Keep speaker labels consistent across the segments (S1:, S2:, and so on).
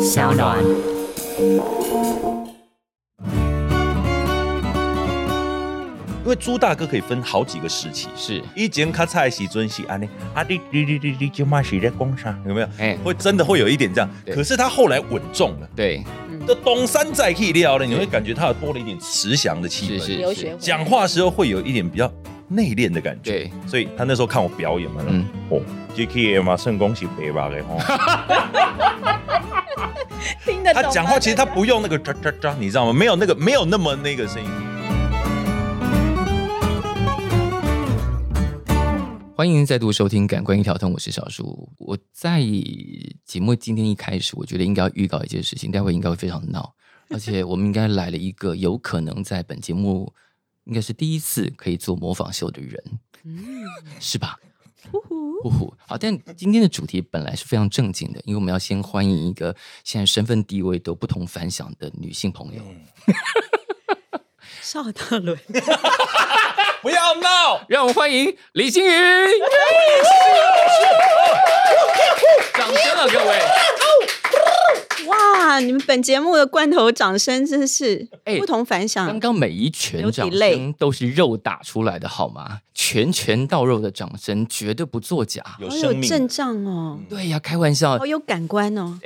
S1: 小暖。
S2: 因为猪大哥可以分好几个时期，
S3: 是，
S2: 以前咔嚓的时阵是安尼，啊你你你你你就骂谁在工厂有没有？
S3: 哎，
S2: 会真的会有一点这样，
S3: 对嗯
S2: 可是他后来稳重了。
S3: 对，
S2: 这东山再起料呢，你会感觉他有多了一点慈祥的气
S3: 是
S2: 氛，
S3: 是
S4: 留学
S3: 是，
S2: 讲话时候会有一点比较内敛的感觉。
S3: 对，
S2: 所以他那时候看我表演嘛，
S3: 嗯
S2: 哦，J.K. 嘛，圣恭喜北吧 的吼。
S4: 听得
S2: 他
S4: 懂吗
S2: 讲话其实他不用那个喳喳喳，你知道吗？没有那个没有那么那个声音。
S3: 欢迎再度收听《感官一条通》，我是小树。我在节目今天一开始，我觉得应该要预告一件事情，待会应该会非常闹，而且我们应该来了一个有可能在本节目应该是第一次可以做模仿秀的人，是吧？嗯 呼呼，好，但今天的主题本来是非常正经的，因为我们要先欢迎一个现在身份地位都不同凡响的女性朋友。
S5: 邵大伦，
S2: 不要闹！
S3: 让我们欢迎李星宇！掌声啊，各位！
S5: 哇！你们本节目的罐头掌声真是
S3: 哎
S5: 不同凡响。
S3: 刚刚每一拳掌
S5: 有 delay
S3: 声都是肉打出来的，好吗？拳拳到肉的掌声绝对不作假。
S2: 有
S5: 好有
S2: 生命，
S5: 阵仗哦，
S3: 对呀、开玩笑
S5: 好，有感官 哦。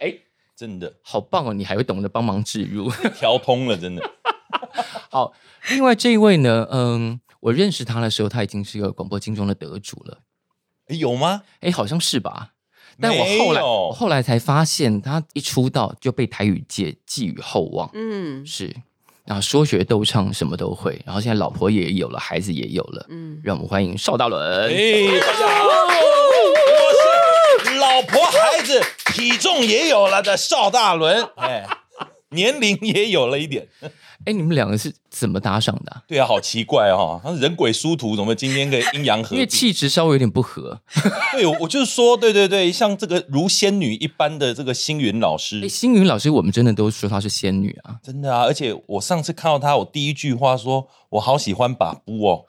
S3: 哎
S2: 真的
S3: 好棒哦！你还会懂得帮忙置入。
S2: 调通了，真的。
S3: 好，另外这一位呢，嗯，我认识他的时候，他已经是一个广播金钟的得主了，
S2: 诶有吗？
S3: 哎，好像是吧？但我后
S2: 没
S3: 来，
S2: 有
S3: 我后来才发现，他一出道就被台语界寄予厚望。
S5: 嗯
S3: 是，啊，说学逗唱什么都会，然后现在老婆也有了，孩子也有了，
S5: 嗯，
S3: 让我们欢迎邵大伦。
S2: 哎，大家好，我是老婆孩子体重也有了的邵大 伦，哎，年龄也有了一点。
S3: 哎，你们两个是怎么搭上的啊、
S2: 对啊，好奇怪哦，他是人鬼殊途，怎么今天可以阴阳合
S3: 因为
S2: 璧？
S3: 气质稍微有点不合。
S2: 对，我我就是说，对对对，像这个如仙女一般的这个星云老
S3: 哎，
S2: 师，
S3: 星云老师，我们真的都说她是仙女啊。
S2: 真的啊！而且我上次看到她，我第一句话说我好喜欢把布哦，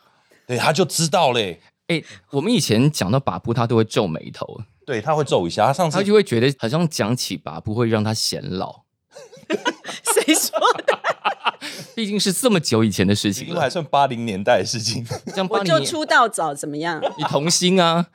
S2: 对，她就知道嘞，
S3: 哎，我们以前讲到把布，她都会皱眉头，
S2: 对，她会皱一下。她上
S3: 她
S2: 次
S3: 就会觉得好像讲起把布会让她显老，
S5: 谁说的？
S3: 毕竟是这么久以前的事情
S2: 因为还
S3: 了。
S2: 算八零年代的事情，
S3: 像八
S5: 我
S3: 零
S5: 就
S3: 年，
S5: 出道早，怎么样？
S3: 你童星啊，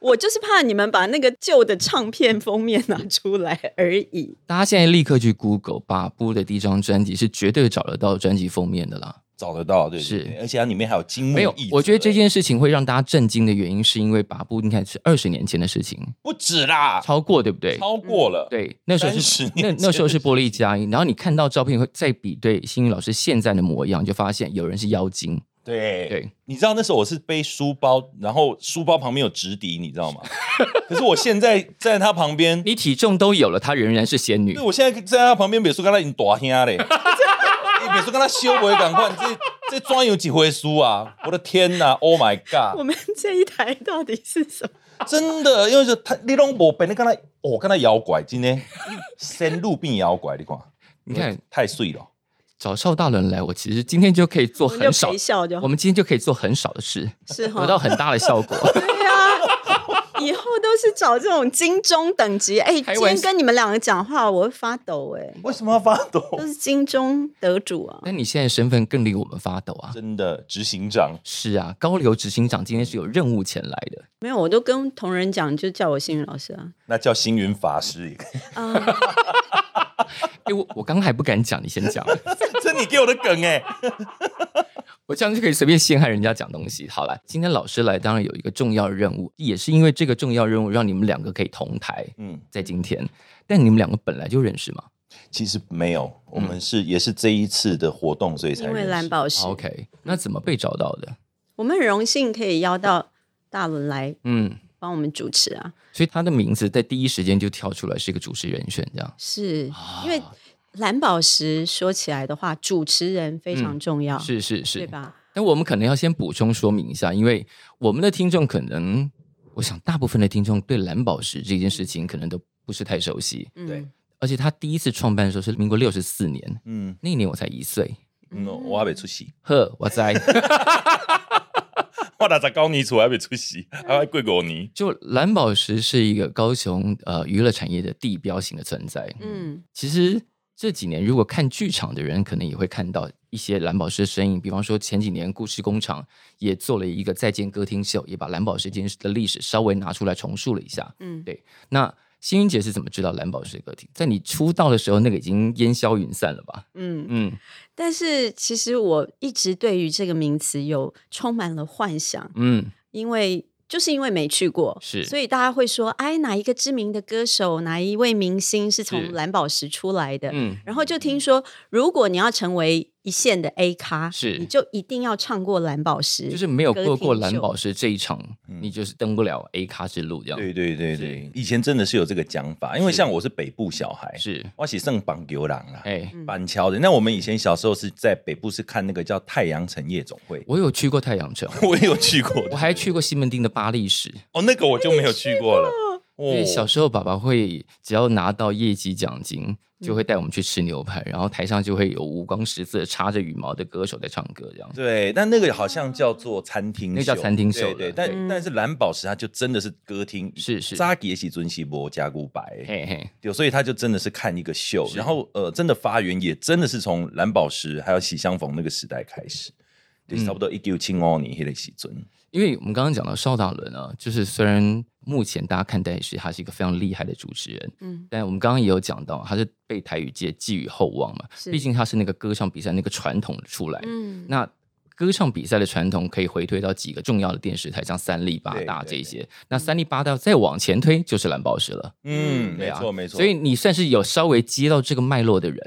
S5: 我就是怕你们把那个旧的唱片封面拿出来而 已。
S3: 大家现在立刻去 Google 把布的第一张专辑，是绝对找得到专辑封面的啦。
S2: 找得到，对，对
S3: 是
S2: 对而且它里面还有金木
S3: 没有
S2: 一，，
S3: 我觉得这件事情会让大家震惊的原因，是因为把布应该是二十年前的事情，
S2: 不止啦，
S3: 超嗯过对不对？
S2: 超过了，
S3: 对，那时候是
S2: 30年
S3: 那
S2: 前
S3: 那时候是玻璃佳音，然后你看到照片会再比对星云老师现在的模样，就发现有人是妖精。
S2: 对
S3: 对，
S2: 你知道那时候我是背书包，然后书包旁边有直笛，你知道吗？ 可是我现在站在他旁边，
S3: 你体重都有了，她仍然是仙女
S2: 对，。我现在站在他旁边，美术跟他已经大兄嘞，美术跟他修为赶快，这这专有几回书啊！我的天呐 o h my
S5: 我
S3: 啊
S2: god！
S5: 们这一台到底是什么？
S2: 真的，因为就他你拢无变，你跟他哦，跟他摇拐，今 天深入并摇拐，你看
S3: 你看
S2: 太碎了。
S3: 找邵大伦来，我其实今天就可以做
S5: 我们
S3: 很
S5: 就
S3: 少
S5: 陪，笑哦就
S3: 我
S5: 好。
S3: 们今天就可以做很少的事，
S5: 是哈
S3: 得到，很大的效果。
S5: 对啊。 以后都是找这种金钟等级，哎、
S3: 开
S5: 今
S3: 玩
S5: 天
S3: 笑
S5: 跟你们两个讲话，我会发抖、哎，
S2: 为什么要发抖？
S5: 都是金钟得主啊。
S3: 但你现在身份更令我们发抖 啊！
S2: 真的，执行长
S3: 是啊，高流执行长今天是有任务前来的，
S5: 没有，我都跟同仁讲，就叫我星云老师啊。
S2: 那叫星云法师 也可以，
S5: 啊，
S3: 哦哎，我我刚刚还不敢讲，你先讲。
S2: 这你给我的梗哎、
S3: 我这样就可以随便陷害人家讲东西。好了，今天老师来当然有一个重要任务，也是因为这个重要任务让你们两个可以同台
S2: 嗯，
S3: 在今天。但你们两个本来就认识嘛
S2: 其实没有，我们是、也是这一次的活动，所以才
S5: 因为
S2: 认识
S5: 蓝宝石，
S3: ？OK，那怎么被找到的？
S5: 我们很荣幸可以邀到大伦来
S3: 嗯，
S5: 帮我们主持啊。
S3: 所以他的名字在第一时间就跳出来是一个主持人选，这样
S5: 是
S3: 啊
S5: 因为蓝宝石说起来的话，主持人非常重要，
S3: 嗯是是
S5: 啊对
S3: 是。
S5: 吧？
S3: 但我们可能要先补充说明一下，因为我们的听众可能，我想大部分的听众对蓝宝石这件事情可能都不是太熟悉，
S5: 嗯
S2: 对，
S3: 而且他第一次创办的时候是民国六十四年，
S2: 嗯
S3: 那一年我才一岁。
S2: 嗯，我还没出席，
S3: 呵，我在。
S2: 我打在高泥厝还没出席，还会贵狗泥。
S3: 就蓝宝石是一个高雄呃娱乐产业的地标型的存在。
S5: 嗯
S3: 其实这几年如果看剧场的人，可能也会看到一些蓝宝石的身影。比方说前几年故事工厂也做了一个再见歌厅秀，也把蓝宝石这件事的历史稍微拿出来重述了一下。
S5: 嗯，
S3: 对那星云姐是怎么知道蓝宝石的歌厅？在你出道的时候，那个已经烟消云散了吧？
S5: 嗯，
S3: 嗯
S5: 但是其实我一直对于这个名词有充满了幻想，
S3: 嗯，
S5: 因为就是因为没去过，
S3: 是
S5: 所以大家会说，哎，哪一个知名的歌手，哪一位明星是
S3: 是
S5: 从蓝宝石出来的？
S3: 嗯
S5: 然后就听说，如果你要成为一线的 A 咖，
S3: 是
S5: 你就一定要唱过蓝宝石，
S3: 就是没有过过
S5: 呃歌厅
S3: 蓝
S5: 秀
S3: 宝石这一场，你就是登不了 A 咖之路这样。
S2: 对对对对，以前真的是有这个讲法，因为像我是北部小孩，
S3: 是，
S2: 我是圣榜牛郎啦，
S3: 哎，
S2: 啊板桥人。那我们以前小时候是在北部是看那个叫太阳城夜总会，
S3: 我有去过太 阳城，
S2: 我也有去过
S3: 我还去过西门町的巴黎市。
S2: 哦，那个我就没有去过了。
S3: 因为小
S2: 哦，
S3: 时候，爸爸会只要拿到业绩奖金，
S2: 嗯
S3: 就会带我们去吃牛排，然后台上就会有五光十色、插着羽毛的歌手在唱歌，这样。
S2: 对，但那个好像叫做餐厅秀，
S3: 那个叫餐厅秀
S2: 对
S3: 了
S2: 对，
S5: 对
S2: 但但是蓝宝石它就真的是歌厅，
S3: 是是
S2: 扎吉喜尊西波加古白，
S3: 嘿嘿，
S2: 对，所以他就真的是看一个秀，
S3: 是
S2: 然后呃，真的发源也真的是从蓝宝石还有喜相逢那个时代开始，对，差不多一九七五年那个喜尊，
S3: 因为我们刚刚讲到邵大伦啊，就是虽然目前大家看待是他是一个非常厉害的主持人，
S5: 嗯，
S3: 但我们刚刚也有讲到，他是被台语界寄予厚望嘛，
S5: 是
S3: 毕竟他是那个歌唱比赛那个传统出来的。
S5: 嗯，
S3: 那歌唱比赛的传统可以回推到几个重要的电视台，像三立、八
S2: 对
S3: 大
S2: 对
S3: 这一些。那三立、八大再往前推就是蓝宝石了，
S2: 嗯，
S3: 对
S2: 没
S3: 啊
S2: 错没错，
S3: 所以你算是有稍微接到这个脉络的人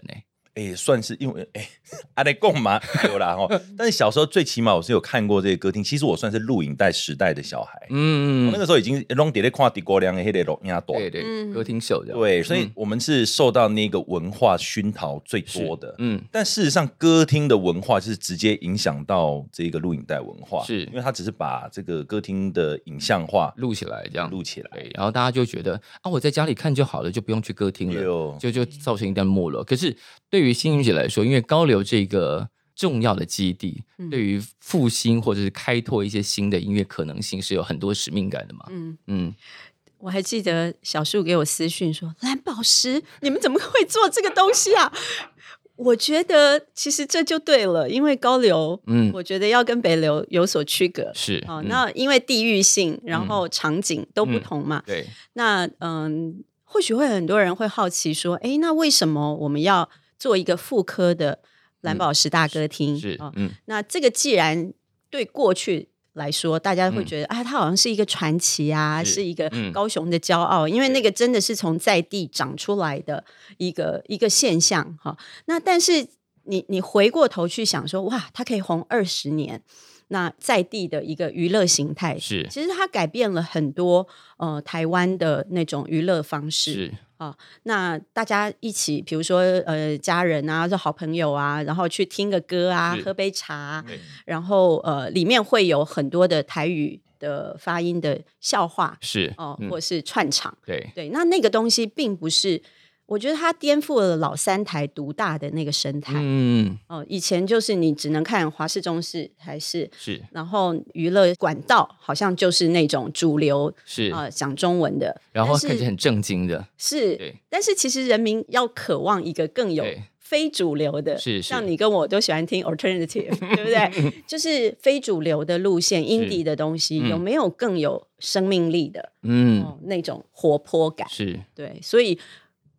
S3: 哎、
S2: 哎、算是因为哎，阿来贡嘛有啦哦，但是小时候最起码我是有看过这些歌厅，其实我算是录影带时代的小孩，我
S3: 嗯
S2: 那，个时候已经拢伫咧看狄国良的迄个录影带，
S3: 对对，啊嗯
S5: 嗯
S3: 歌厅秀这样。
S2: 对，所以我们是受到那个文化熏陶最多的。
S3: 嗯，
S2: 但事实上，歌厅的文化就是直接影响到这个录影带文化，
S3: 是
S2: 因为它只是把这个歌厅的影像化
S3: 录起来这样。
S2: 录起来。
S3: 对，然后大家就觉得啊，我在家里看就好了，就不用去歌
S2: 哎
S3: 厅了。
S2: 有
S3: 就就造成一段没落。可是对于星云姐来说，因为高流这个重要的基地，
S5: 嗯
S3: 对于复兴或者是开拓一些新的音乐可能性是有很多使命感的嘛。
S5: 嗯，
S3: 嗯，
S5: 我还记得小树给我私讯说：“蓝宝石，你们怎么会做这个东西啊？”我觉得其实这就对了，因为高流，
S3: 嗯
S5: 我觉得要跟北流有所区隔。
S3: 是
S5: 哦，
S3: 嗯
S5: 那因为地域性，然后场景都不同嘛。
S3: 对，
S5: 那嗯，或许会很多人会好奇说：“诶，那为什么我们要做一个副科的蓝宝石大歌厅？”
S3: 嗯是
S5: 哦，
S3: 嗯，
S5: 那这个既然对过去来说，大家会
S3: 嗯
S5: 觉得、啊，它好像是一个传奇啊，
S3: 是
S5: 是一个
S3: 嗯
S5: 高雄的骄傲，因为那个真的是从在地长出来的一个一个现象哈、那但是你你回过头去想说，哇，它可以红二十年。那在地的一个娱乐形态
S3: 是
S5: 其实它改变了很多呃台湾的那种娱乐方式。
S3: 是
S5: 那大家一起，比如说呃家人啊，就好朋友啊，然后去听个歌啊
S3: 是，
S5: 喝杯茶啊、
S2: 对
S5: 然后呃里面会有很多的台语的发音的笑话
S3: 是
S5: 哦、
S3: 嗯
S5: 或是串场。
S3: 对
S5: 对，那那个东西并不是，我觉得它颠覆了老三台独大的那个生态。
S3: 嗯
S5: 哦，以前就是你只能看华视、中视、台视，
S3: 是
S5: 然后娱乐管道好像就是那种主流
S3: 是，
S5: 啊、呃讲中文的，
S3: 然后
S5: 但是
S3: 看起来很正经的，
S5: 是
S3: 对，
S5: 但是其实人民要渴望一个更有
S3: 对
S5: 非主流的，
S3: 是是
S5: 像你跟我都喜欢听 alternative，对 不对？就是非主流的路线，indie 的东西、
S3: 嗯
S5: 有没有更有生命力的、
S3: 嗯
S5: 哦、那种活泼感？
S3: 是
S5: 对，所以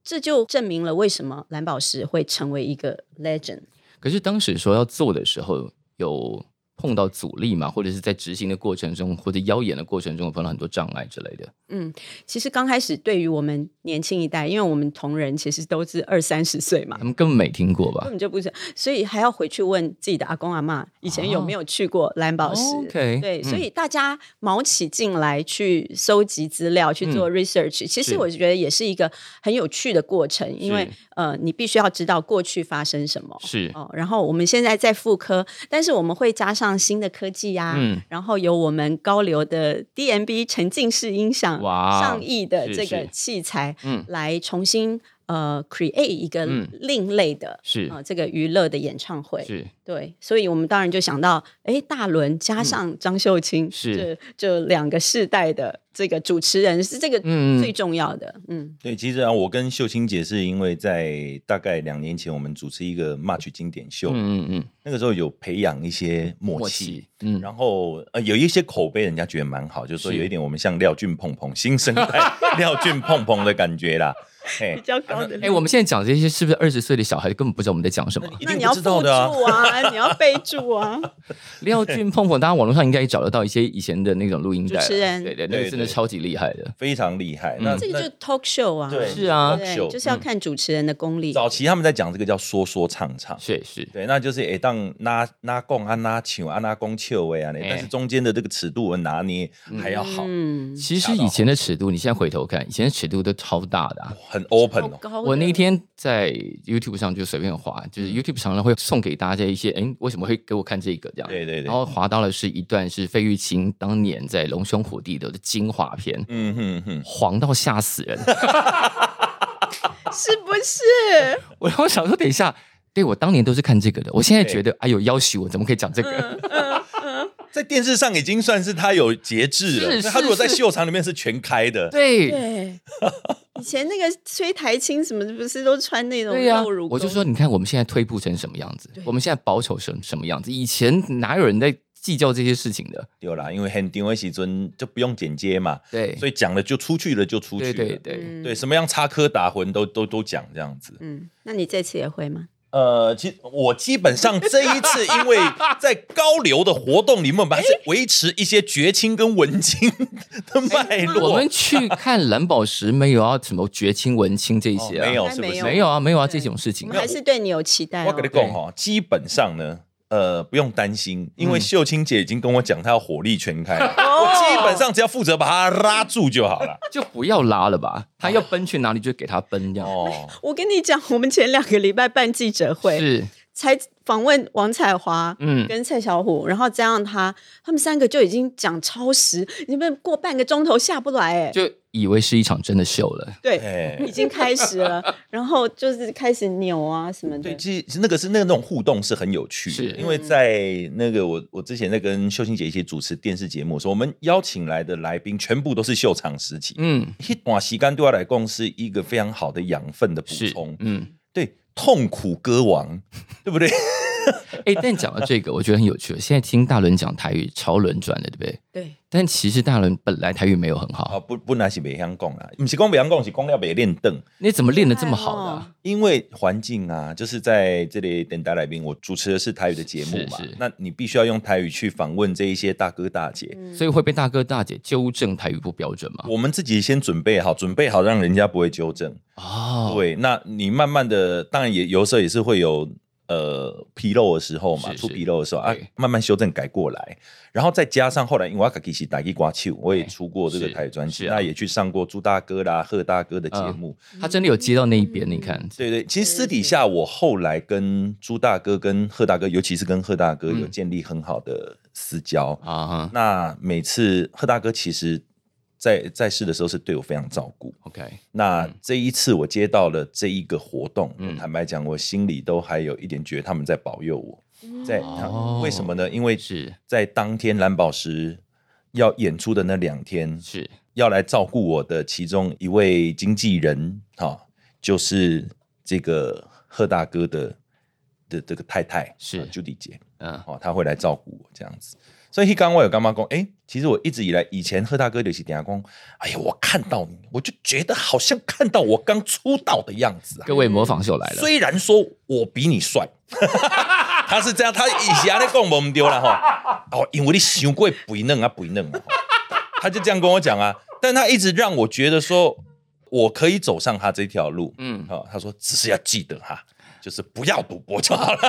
S5: 这就证明了为什么蓝宝石会成为一个 legend。
S3: 可是当时说要做的时候，有碰到阻力嘛，或者是在执行的过程中，或者妖演的过程中，有碰到很多障碍之类的。
S5: 嗯，其实刚开始对于我们年轻一代，因为我们同仁其实都是二三十岁嘛
S3: 他，们根本没听过
S5: 根
S3: 吧
S5: 本就不是，所以还要回去问自己的阿公阿妈以前有没有去过蓝宝石。
S3: ？OK，
S5: 对，
S3: 嗯
S5: 所以大家毛起劲来去搜集资料、去做 research，、其
S3: 嗯是
S5: 实我觉得也是一个很有趣的过程，因为呃，你必须要知道过去发生什么
S3: 是
S5: 哦。然后我们现在在复科，但是我们会加上新的科技呀、
S3: 嗯
S5: 然后有我们高流的 DMB 沉浸式音响
S3: 哇
S5: 啊
S3: 哦
S5: 上亿的
S3: 是
S5: 这个
S3: 是
S5: 器材，
S3: 嗯
S5: 来重新呃 create 一个
S3: 嗯
S5: 另类的、
S3: 是
S5: 啊、这个娱乐的演唱会。
S3: 是
S5: 对，所以我们当然就想到，哎，大伦加
S2: 嗯
S5: 上张秀清，
S3: 是
S5: 这这两个世代的这个主持人是这个
S3: 嗯
S5: 最重要的，嗯，
S2: 对，其实啊，我跟秀清姐是因为在大概两年前，我们主持一个 Match 经典秀，
S3: 嗯嗯嗯，
S2: 那个时候有培养一些默契，，
S3: 嗯，
S2: 然后呃有一些口碑，人家觉得蛮好，就是说
S3: 是
S2: 有一点我们像廖俊碰碰新生代 廖俊碰碰的感觉啦，哎，
S5: 较高的
S3: 哎，我们现在讲这些是不是二十岁的小孩根本不知道我们在讲什么？
S2: 一
S5: 那
S2: 定
S5: 你
S2: 不
S5: 要
S2: 知
S5: 附
S2: 道
S5: 注
S2: 的啊。
S5: 啊，你要备注 啊，
S3: 廖俊碰碰，大家网络上应该也找得到一些以前的那种录音带了，
S5: 主持人
S3: 对对，那
S2: 对
S3: 个真的
S2: 对
S3: 超级厉害的。
S2: 非常厉害，
S3: 嗯
S2: 那
S5: 这个就
S2: 那
S5: 是 talk show 啊，
S2: 对
S3: 是啊
S5: 对
S2: show 嗯
S5: 就是要看主持人的功力。
S2: 早期他们在讲这个叫说说唱唱，
S3: 是是，
S2: 对，那就是诶当拉拉贡啊拉球啊拉弓球位啊，
S3: 哎
S2: 但是中间的这个尺度我拿捏还要好，
S5: 嗯，
S3: 其实以前的尺度，你现在回头看，以前的尺度都超大的啊、
S2: 很 open
S5: 好
S2: 哦。嗯
S5: 高的
S3: 我那天在 YouTube 上就随便滑，就是 YouTube 常常会送给大家一些，哎，为什么会给我看这个这样？
S2: 对对对
S3: 然后滑到的是一段是费玉清当年在《龙兄虎弟》的精华片，
S2: 嗯哼哼，
S3: 黄到吓死 人。
S5: 是不是？
S3: 我然后想说，等一下，对我当年都是看这个的，我现在
S2: 对嗯
S3: 觉得，哎呦，要挟我怎么可以讲这个？
S2: 在电视上已经算是他有节制了，
S3: 是
S2: 那他如果
S3: 是
S2: 在
S3: 是
S2: 秀场里面是全开的，
S3: 对。
S5: 对，以前那个崔台青什么的，不是都穿那种
S3: 对呀、
S5: 露乳沟？
S3: 我就说，你看我们现在退步成什么样子，我们现在保守成什么样子？以前哪有人在计较这些事情的？
S2: 对啦，因为很定位时尊就不用剪接嘛，
S3: 对，
S2: 所以讲了就出去了就出去
S3: 对
S2: 了，
S3: 对对，
S5: 嗯
S2: 对什么样插科打诨都都都讲这样子。
S5: 嗯，那你这次也会吗？
S2: 呃，其实我基本上这一次，因为在高流的活动里面，我们还是维持一些绝清跟文清的脉络。
S3: 哎我们去看蓝宝石没有啊？什么绝清、文清这一些、
S2: 哦
S3: 啊
S2: 没有，
S5: 应该
S2: 是不
S5: 没
S2: 是？
S3: 没有啊，没有啊，这种事
S5: 我
S3: 情、
S5: 们还是对你有期待、
S2: 我
S5: 哦
S2: 跟。你讲哈，基本上呢，呃，不用担心，因
S3: 嗯
S2: 为秀清姐已经跟我讲，她要火力全开， 我基本上只要负责把她拉住就好了。
S3: 就不要拉了吧。他要奔去哪里就给他奔这样。
S2: 哦，
S5: 我跟你讲，我们前两个礼拜办记者会，
S3: 是，
S5: 才访问王彩华。
S3: 嗯，
S5: 跟蔡小虎，然后加上他，他们三个就已经讲超时，你们过半个钟头下不来哎、
S3: 就以为是一场真的秀了。
S5: 对，
S2: 哎，
S5: 已经开始了， 然后就是开始扭啊什么的
S2: 对，，其实那个是那个那种互动是很有趣的，
S3: 是
S2: 因为在那个我我之前在跟秀清姐一起主持电视节目的时候，我们邀请来的来宾全部都是秀场时期，
S3: 嗯，
S2: 一段时间对我来讲是一个非常好的养分的补
S3: 是
S2: 充，。
S3: 嗯，
S2: 对，痛苦歌王，对 不对？
S3: 哎，但讲到这个，我觉得很有趣了。现在听大伦讲台语，超轮转的，对不对？
S5: 对，
S3: 但其实大伦本来台语没有很
S2: 啊，
S3: 好，
S2: 不不然是北香讲啦，不是讲北香讲，是讲了北练凳。
S3: 你怎么练的这么好的啊、
S5: 哦
S2: 因为环境啊，就是在这里等待来宾，我主持的是台语的节目嘛，
S3: 是是
S2: 那你必须要用台语去访问这一些大哥大姐。
S5: 嗯
S3: 所以会被大哥大姐纠正台语不标准吗？
S2: 啊我们自己先准备好，准备好让人家不会纠正。
S3: 哦，
S2: 对，那你慢慢的，当然也有时候也是会有呃纰漏的时候嘛，
S3: 是
S2: 出
S3: 是
S2: 纰漏的时候啊
S3: 对，
S2: 慢慢修正改过来，然后再加上后来，因为我自己是打一刮球，我也
S3: 对
S2: 出过这个
S3: 哎是
S2: 台语专辑，
S3: 是啊
S2: 那也去上过朱大哥啦、贺大哥的节
S3: 嗯
S2: 目。
S3: 他真的有接到那一
S5: 嗯
S3: 边，你看，
S2: 对对，其实私底
S5: 是
S2: 下我后来跟朱大哥、跟贺大哥，尤其是跟贺大哥有
S3: 嗯
S2: 建立很好的私交。
S3: 啊哈
S2: 那每次贺大哥其实在在世的时候是对我非常照顾。
S3: ，OK，
S2: 那这一次我接到了这一个活动，
S3: 嗯
S2: 我坦白讲，我心里都还有一点觉得他们在保佑我。
S5: 嗯
S2: 在、
S3: 哦
S2: 为什么呢？因为
S3: 是
S2: 在当天蓝宝石要演出的那两天，
S3: 是，
S2: 要来照顾我的其中一位经纪人，哈、就是这个贺大哥的的这个太太
S3: 是
S2: 啊 Judy 姐，
S3: 嗯，
S2: 哦，她会来照顾我这样子。所以刚我有干妈讲，哎、其实我一直以来，以前贺大哥就是点下讲，哎呀，我看到你，我就觉得好像看到我刚出道的样子啊。
S3: 各位模仿秀来了，
S2: 虽然说我比你帅， 他是这样，他以前在讲我们丢了哈，哦，因为你想过肥嫩啊肥嫩啊，吼他就这样跟我讲啊，但他一直让我觉得说我可以走上他这条路，
S3: 嗯，
S2: 哦，他说只是要记得哈，就是不要赌博就好了。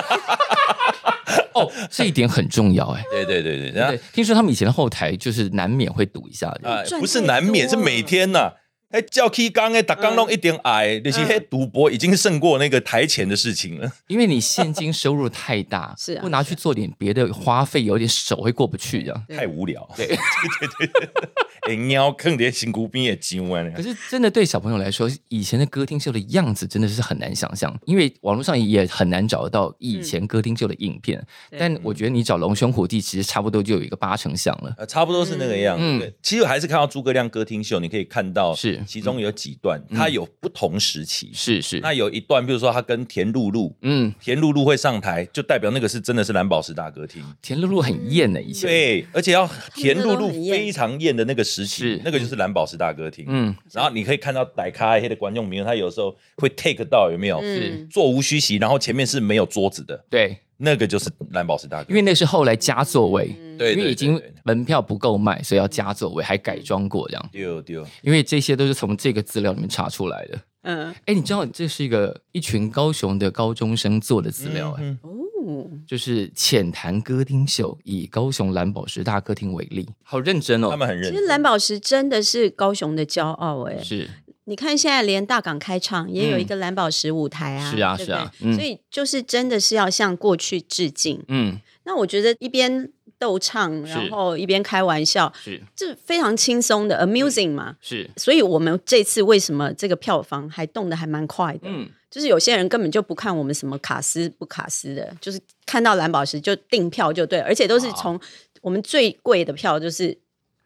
S3: 哦，这一点很重要哎。
S2: 对对对对，然
S3: 对，听说他们以前的后台就是难免会赌一下
S2: 后
S3: 的，
S2: 啊
S5: 赚
S2: 不是难免，
S5: 太
S2: 是
S5: 多了嗯
S2: 每天呐、哎，叫 K 刚哎，打刚弄一点矮，就是嘿，赌博已经胜过那个台前的事情了。
S3: 因为你现金收入太大，
S5: 是啊
S3: 不拿去做点别的花费，有点手会过不去这样。
S5: 对
S2: 太无聊。
S3: 对
S2: 对对对，会猫坑在身躯边的上安
S3: 可。是真的对小朋友来说，以前的歌厅秀的样子真的是很难想象，因为网络上也很难找到以前歌厅秀的影片。
S5: 对
S3: 但我觉得你找龙兄虎弟，其实差不多就有一个八成像了。
S2: 呃，差不多是那个样子。
S3: 嗯
S2: 对其实还是看到诸葛亮歌厅秀，你可以看到
S3: 是嗯
S2: 其中有几段，它有不同时期。
S3: 是是，
S2: 那有一段，比如说他跟田露露，
S3: 嗯，
S2: 田露露会上台，就代表那个是真的是蓝宝石大歌厅。
S3: 田露露很艳呢，以前。，
S2: 对，而且要
S5: 们
S2: 田
S5: 真的
S2: 露
S5: 都
S2: 露
S5: 很艳
S2: 非常艳的那个时期
S3: 是，
S2: 那个就是蓝宝石大歌厅。
S3: 嗯，
S2: 然后你可以看到傣咖黑的观众朋友，他有时候会 take 到有没有？
S3: 是
S5: 嗯，
S2: 座无虚席，然后前面是没有桌子的，
S3: 对，
S2: 那个就是蓝宝石大歌
S3: 因
S2: 厅。
S3: 为那是后来加座位。
S2: 对
S3: 因为
S2: 对
S3: 已
S2: 对
S3: 经
S2: 对
S3: 门票不够卖，所以要加座位，还改装过这样。
S2: 丢丢，
S3: 因为这些都是从这个资料里面查出来的。
S5: 嗯，
S3: 哎，你知道这是一个一群高雄的高中生做的资料、哎、
S2: 嗯
S5: 哦，
S3: 就是浅谈歌厅秀，以高雄蓝宝石大歌厅为例，好认真
S2: 他
S3: 哦。
S2: 们很认
S5: 其
S2: 真
S5: 实。蓝宝石真的是高雄的骄傲哎、
S3: 是
S5: 你看现在连大港开唱也有一个蓝宝石舞台啊，
S3: 嗯是啊
S5: 对
S3: 是
S5: 不
S3: 啊
S5: 对
S3: 嗯
S5: 所以就是真的是要向过去致敬。
S3: 嗯
S5: 那我觉得一边逗唱，
S3: 是嗯
S5: 然后一边开玩笑，
S3: 是
S5: 这非常轻松的 amusing 嘛。
S3: 是
S5: 所以我们这次为什么这个票房还动得还蛮快的？
S3: 嗯
S5: 就是有些人根本就不看我们什么卡斯不卡斯的，就是看到蓝宝石就订票就对了，而且都是从我们最贵的票就是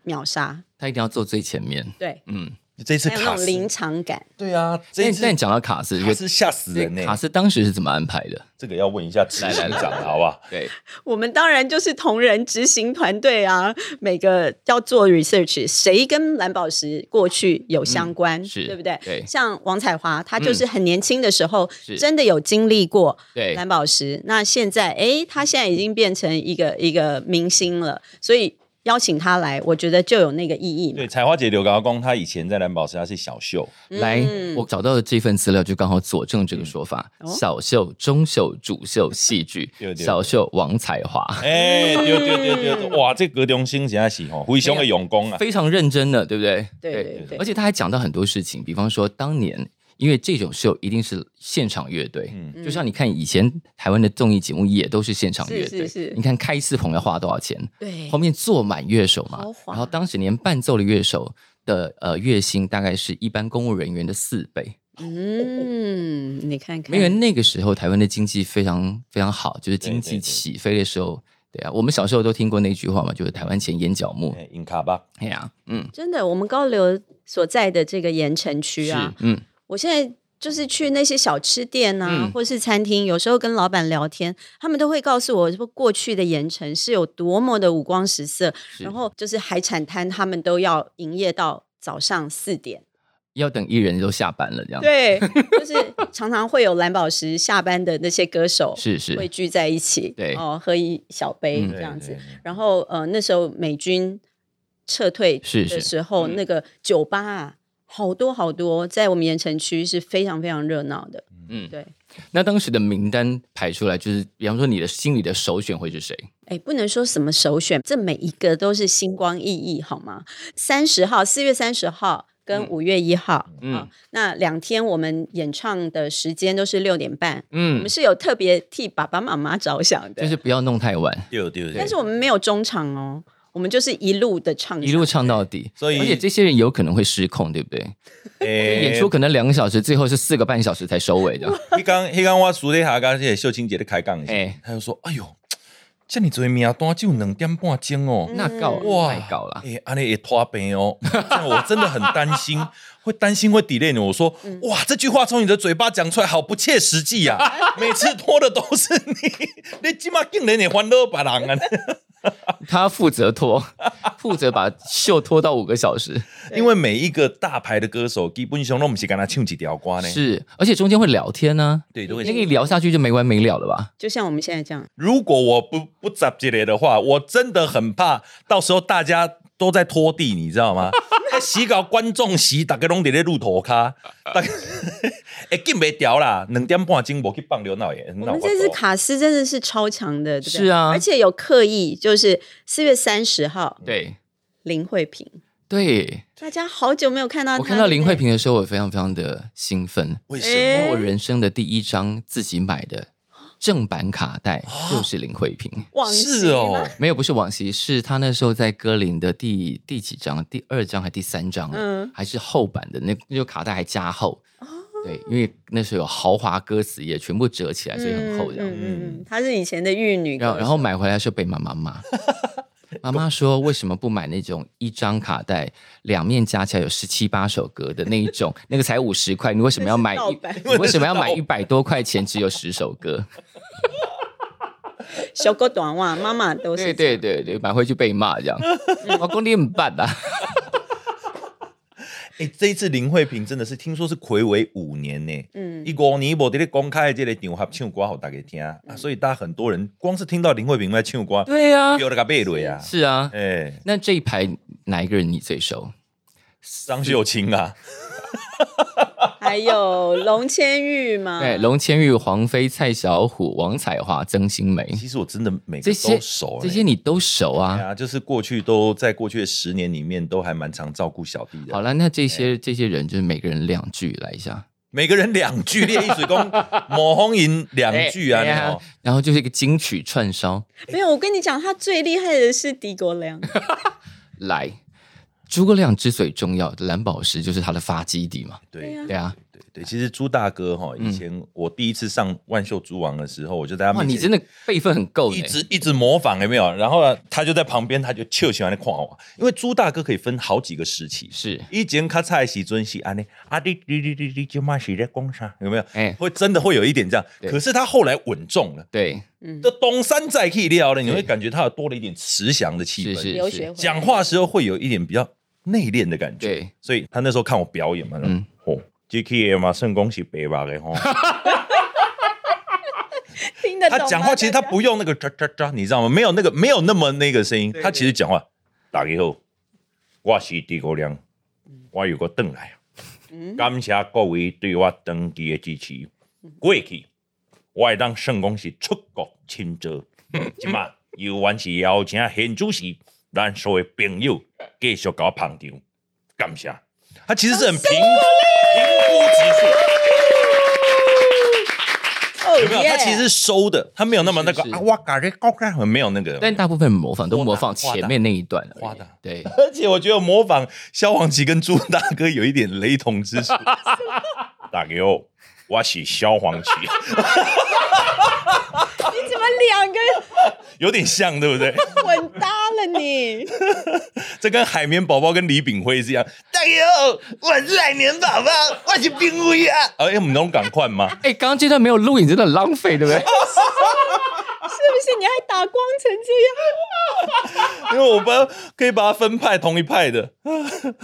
S5: 秒杀，
S3: 他一定要坐最前面。
S5: 对，
S3: 嗯，
S2: 这次
S5: 还有那
S2: 卡
S5: 种
S2: 斯，
S5: 临场感。
S2: 对啊，这
S3: 但
S2: 次
S3: 但讲到卡斯，
S2: 卡斯吓死人呢、
S3: 卡斯当时是怎么安排的？
S2: 这个要问一下执行
S3: 来来
S2: 长好不好？
S3: 对，
S5: 我们当然就是同仁执行团队啊，每个要做 research，谁跟蓝宝石过去有相关，
S3: 嗯是
S5: 对不对？
S3: 对嗯
S5: 像王彩华，她就是很年轻的时候，
S3: 是
S5: 真的有经历过
S3: 对
S5: 蓝宝石。那现在，哎，她现在已经变成一个一个明星了，所以邀请她来，我觉得就有那个意义嘛
S2: 对，。彩花姐刘高光，她以前在蓝宝石，她是小秀，
S3: 来，我找到的这份资料就刚好佐证这个说法：
S5: 嗯哦
S3: 小秀、中秀、主秀、戏剧
S2: 对对，对
S3: 小秀王彩华，
S2: 哎、对对对对，哇，这葛中兴真的是吼，非常的用功啊，
S3: 嗯非常认真的，对不对？
S5: 对对对
S3: 而且他还讲到很多事情，比方说当年。因为这种秀一定是现场乐队，
S2: 嗯
S3: 就像你看以前台湾的综艺节目也都是现场乐队。
S5: 是是是
S3: 你看开司棚要花多少钱？
S5: 对
S3: 后面坐满乐手嘛
S5: 豪，华
S3: 然后当时连伴奏的乐手的呃月薪大概是一般公务人员的四倍，
S5: 嗯，你看看，
S3: 因为那个时候台湾的经济非常非常好，就是经
S2: 对对
S3: 济
S2: 对
S3: 起飞的时候，对啊，我们小时候都听过那句话嘛，就是台湾前眼角目，
S2: 哎银卡吧，
S3: 哎呀，嗯，
S5: 真的，我们高流所在的这个盐城区啊，
S3: 是，嗯，
S5: 我现在就是去那些小吃店啊，
S3: 嗯
S5: 或是餐厅，有时候跟老板聊天，他们都会告诉我说，过去的盐城是有多么的五光十色，
S3: 是
S5: 然后就是海产摊，他们都要营业到。早上四点，
S3: 要等艺人都下班了这样，
S5: 对，就是常常会有蓝宝石下班的那些歌手
S3: 是
S5: 会
S3: 是，
S5: 聚在一起，
S3: 对
S5: 哦，喝一小杯
S3: 嗯
S5: 这样子
S2: 对。对对
S5: 然后呃，那时候美军撤退
S3: 是是
S5: 的时候，
S3: 嗯
S5: 那个酒吧啊，好多好多，在我们盐城区是非常非常热闹的。
S3: 嗯，
S5: 对，
S3: 那当时的名单排出来，就是比方说你的心里的首选会是谁？
S5: 哎，不能说什么首选，这每一个都是星光熠熠，好吗？三十号，四月三十号跟
S3: 嗯
S5: 五月一号，
S3: 嗯
S5: 啊那两天我们演唱的时间都是六点半，我
S3: 嗯
S5: 们，是有特别替爸爸妈妈着想的，
S3: 就是不要弄太晚，
S2: 对对对，
S5: 但是我们没有中场哦，我们就是一路的唱下，
S3: 一路唱到底。
S2: 所以
S3: 而且这些人有可能会失控，对不对？
S2: 诶
S3: 演出可能两个小时，最后是四个半小时才收 尾的。
S2: 迄刚迄刚我熟底下跟这个秀清姐在开杠的时候
S3: 哎，
S2: 他就说：“哎哟，这么多名单只有两点半钟哦，
S3: 嗯那搞
S2: 哇
S3: 太搞了，
S2: 哎，安尼也拖病哦， 这样我真的很担心，会担心会 delay 你。”我说：“哇，这句话从你的嘴巴讲出来，好不切实际呀、啊！每次拖的都是你， 你起码竟然也欢乐别人啊！
S3: 他负责 拖，负责把秀拖到五个小时，
S2: 因为每一个大牌的歌手，基本上都不是跟他唱几条歌呢，
S3: 是，而且中间会聊天呢、
S2: 对，都
S3: 那
S2: 会
S3: 个一聊下去就没完没了了吧？
S5: 就像我们现在这样，
S2: 如果我不不砸这类的话，我真的很怕到时候大家都在拖地，你知道吗？在洗稿观众席，大家拢在咧路头卡，大家 会禁袂掉啦，两点半钟无去放流脑炎。
S5: 我
S2: 哪有
S5: 们
S2: 法
S5: 这次
S2: 度
S5: 卡斯真的是超强的，对不
S3: 是
S5: 对
S3: 啊
S5: 而且有刻意，就是四月三十号
S3: 对
S5: 林慧萍，
S3: 对，
S5: 大家好久没有看到
S3: 我
S5: 她
S3: 看到
S5: 对
S3: 林
S5: 不
S3: 慧
S5: 对
S3: 萍的时候，我非常非常的兴奋，
S2: 为
S5: 哎
S2: 什
S3: 我人生的第一张自己买的正版卡带
S5: 哦
S3: 就是林慧萍。
S5: 忘
S2: 是哦，
S3: 没有，不是往昔，是他那时候在歌林的第第几章，第二章还第三章，
S5: 嗯哦
S3: 嗯，还是厚版的那那个卡带还加厚，对，因为那时候有豪华歌词也全部折起来，所以很厚这样。
S5: 嗯嗯嗯，她是以前的玉女歌
S3: 然
S5: 手，
S3: 后然后买回来的时候被妈妈 骂，妈妈说为什么不买那种一张卡带两面加起来有十七八首歌的那一种，那个才五十块，你为什么要买
S5: 盗
S3: 一
S5: 版？
S3: 你为什么要买一百多块钱只有十首歌？
S5: 小狗短袜，妈妈 都是
S3: 对对对对，买回去被骂这 样，老公你很棒啊。
S2: 哎、这一次林慧萍真的是听说是暌违五年呢、
S5: 嗯
S2: 一五年无伫咧公开的这个场合唱歌，好大家听啊，所以大家很多人光是听到林慧萍在唱歌，
S3: 对呀、
S2: 有那个贝瑞啊，
S3: 是啊。
S2: 哎、
S3: 那这一排哪一个人你最熟？
S2: 张秀清啊，
S5: 嗯还有龙千玉嘛，
S3: 对，哎龙千玉、黄飞、蔡小虎、王彩华、曾新梅，
S2: 其实我真的每个
S3: 这些
S2: 都熟、欸，
S3: 这些你都熟
S2: 对
S3: 啊。
S2: 啊，就是过去都在过去的十年里面都还蛮常照顾小弟的。
S3: 好，了，那这些这些人就是每个人两句来一下，
S2: 每个人两句列一水 公，抹红银两句啊，
S3: 哎
S2: 你
S3: 哎呀
S2: 哦，
S3: 然后就是一个金曲串烧，
S5: 没有，我跟你讲，她最厉害的是狄 国良，
S3: 来。诸葛亮之所以重要，蓝宝石就是他的发基地嘛。
S2: 对
S5: 呀
S3: 对啊，
S2: 对对，其实朱大哥哈，以前我第一次上万秀诸王的时候，我就在他
S3: 嗯哇，
S2: 面
S3: 你
S2: 前
S3: 真的辈分很够呢
S2: 一。直一直模仿有没有？然后呢，他就在旁边，他就就喜欢的看我，因为朱大哥可以分好几个时期。
S3: 是，
S2: 以前较菜时阵是安尼，啊你你你你你就嘛是在讲啥？有没有？
S3: 哎
S2: 会真的会有一点这样。
S3: 对
S2: 可是他后来稳重了，
S3: 对，
S5: 嗯，
S2: 这东山再起了呢，你会
S3: 对
S2: 感觉他有多了一点慈祥的气
S3: 是
S2: 氛。
S3: 是
S5: 留学
S3: 是
S5: 回，来
S2: 讲话时候会有一点比较内敛的感觉。
S3: 对，
S2: 所以他那时候看我表演嘛，嗯
S3: 嗯，
S2: 哦，这个嘛，圣恭喜白吧的吼。
S5: 听得懂啊
S2: 他
S5: 吗
S2: 讲话其实他不用那个喳喳喳，你知道吗？没有那个没有那么那个声音，他其实讲话打给后，我是诸葛亮，我有个邓来，啊
S5: 嗯
S2: 感谢各位对我长期的支持。过去我会当圣公是出国深 造，即嘛尤原是邀请现主席咱所有朋友继续甲我捧场，感谢。他其实是很平平铺直叙。
S5: 哦
S2: 有没有？
S5: 耶
S2: 他其实是收的，他没有那么那个
S3: 是是
S2: 啊，我感觉高干很没有那个。
S3: 但大部分模仿都模仿
S2: 花大
S3: 前面那一段而已。
S2: 花大
S3: 对，
S2: 而且我觉得模仿萧煌奇跟朱大哥有一点雷同之 处。大哥，我是萧煌奇，
S5: 你怎么两个
S2: 有点像，对不对？
S5: 混搭了 你？
S2: 这跟海绵宝宝跟李炳辉是一样。大哥，我是海绵宝宝，我是冰威啊。哎，我们能赶快 吗？
S3: 哎，刚刚这段没有录影，真的很浪费，对 不对？
S5: 是不是你还打光成这样？
S2: 因为我们可以把它分派同一派的。
S5: 他那个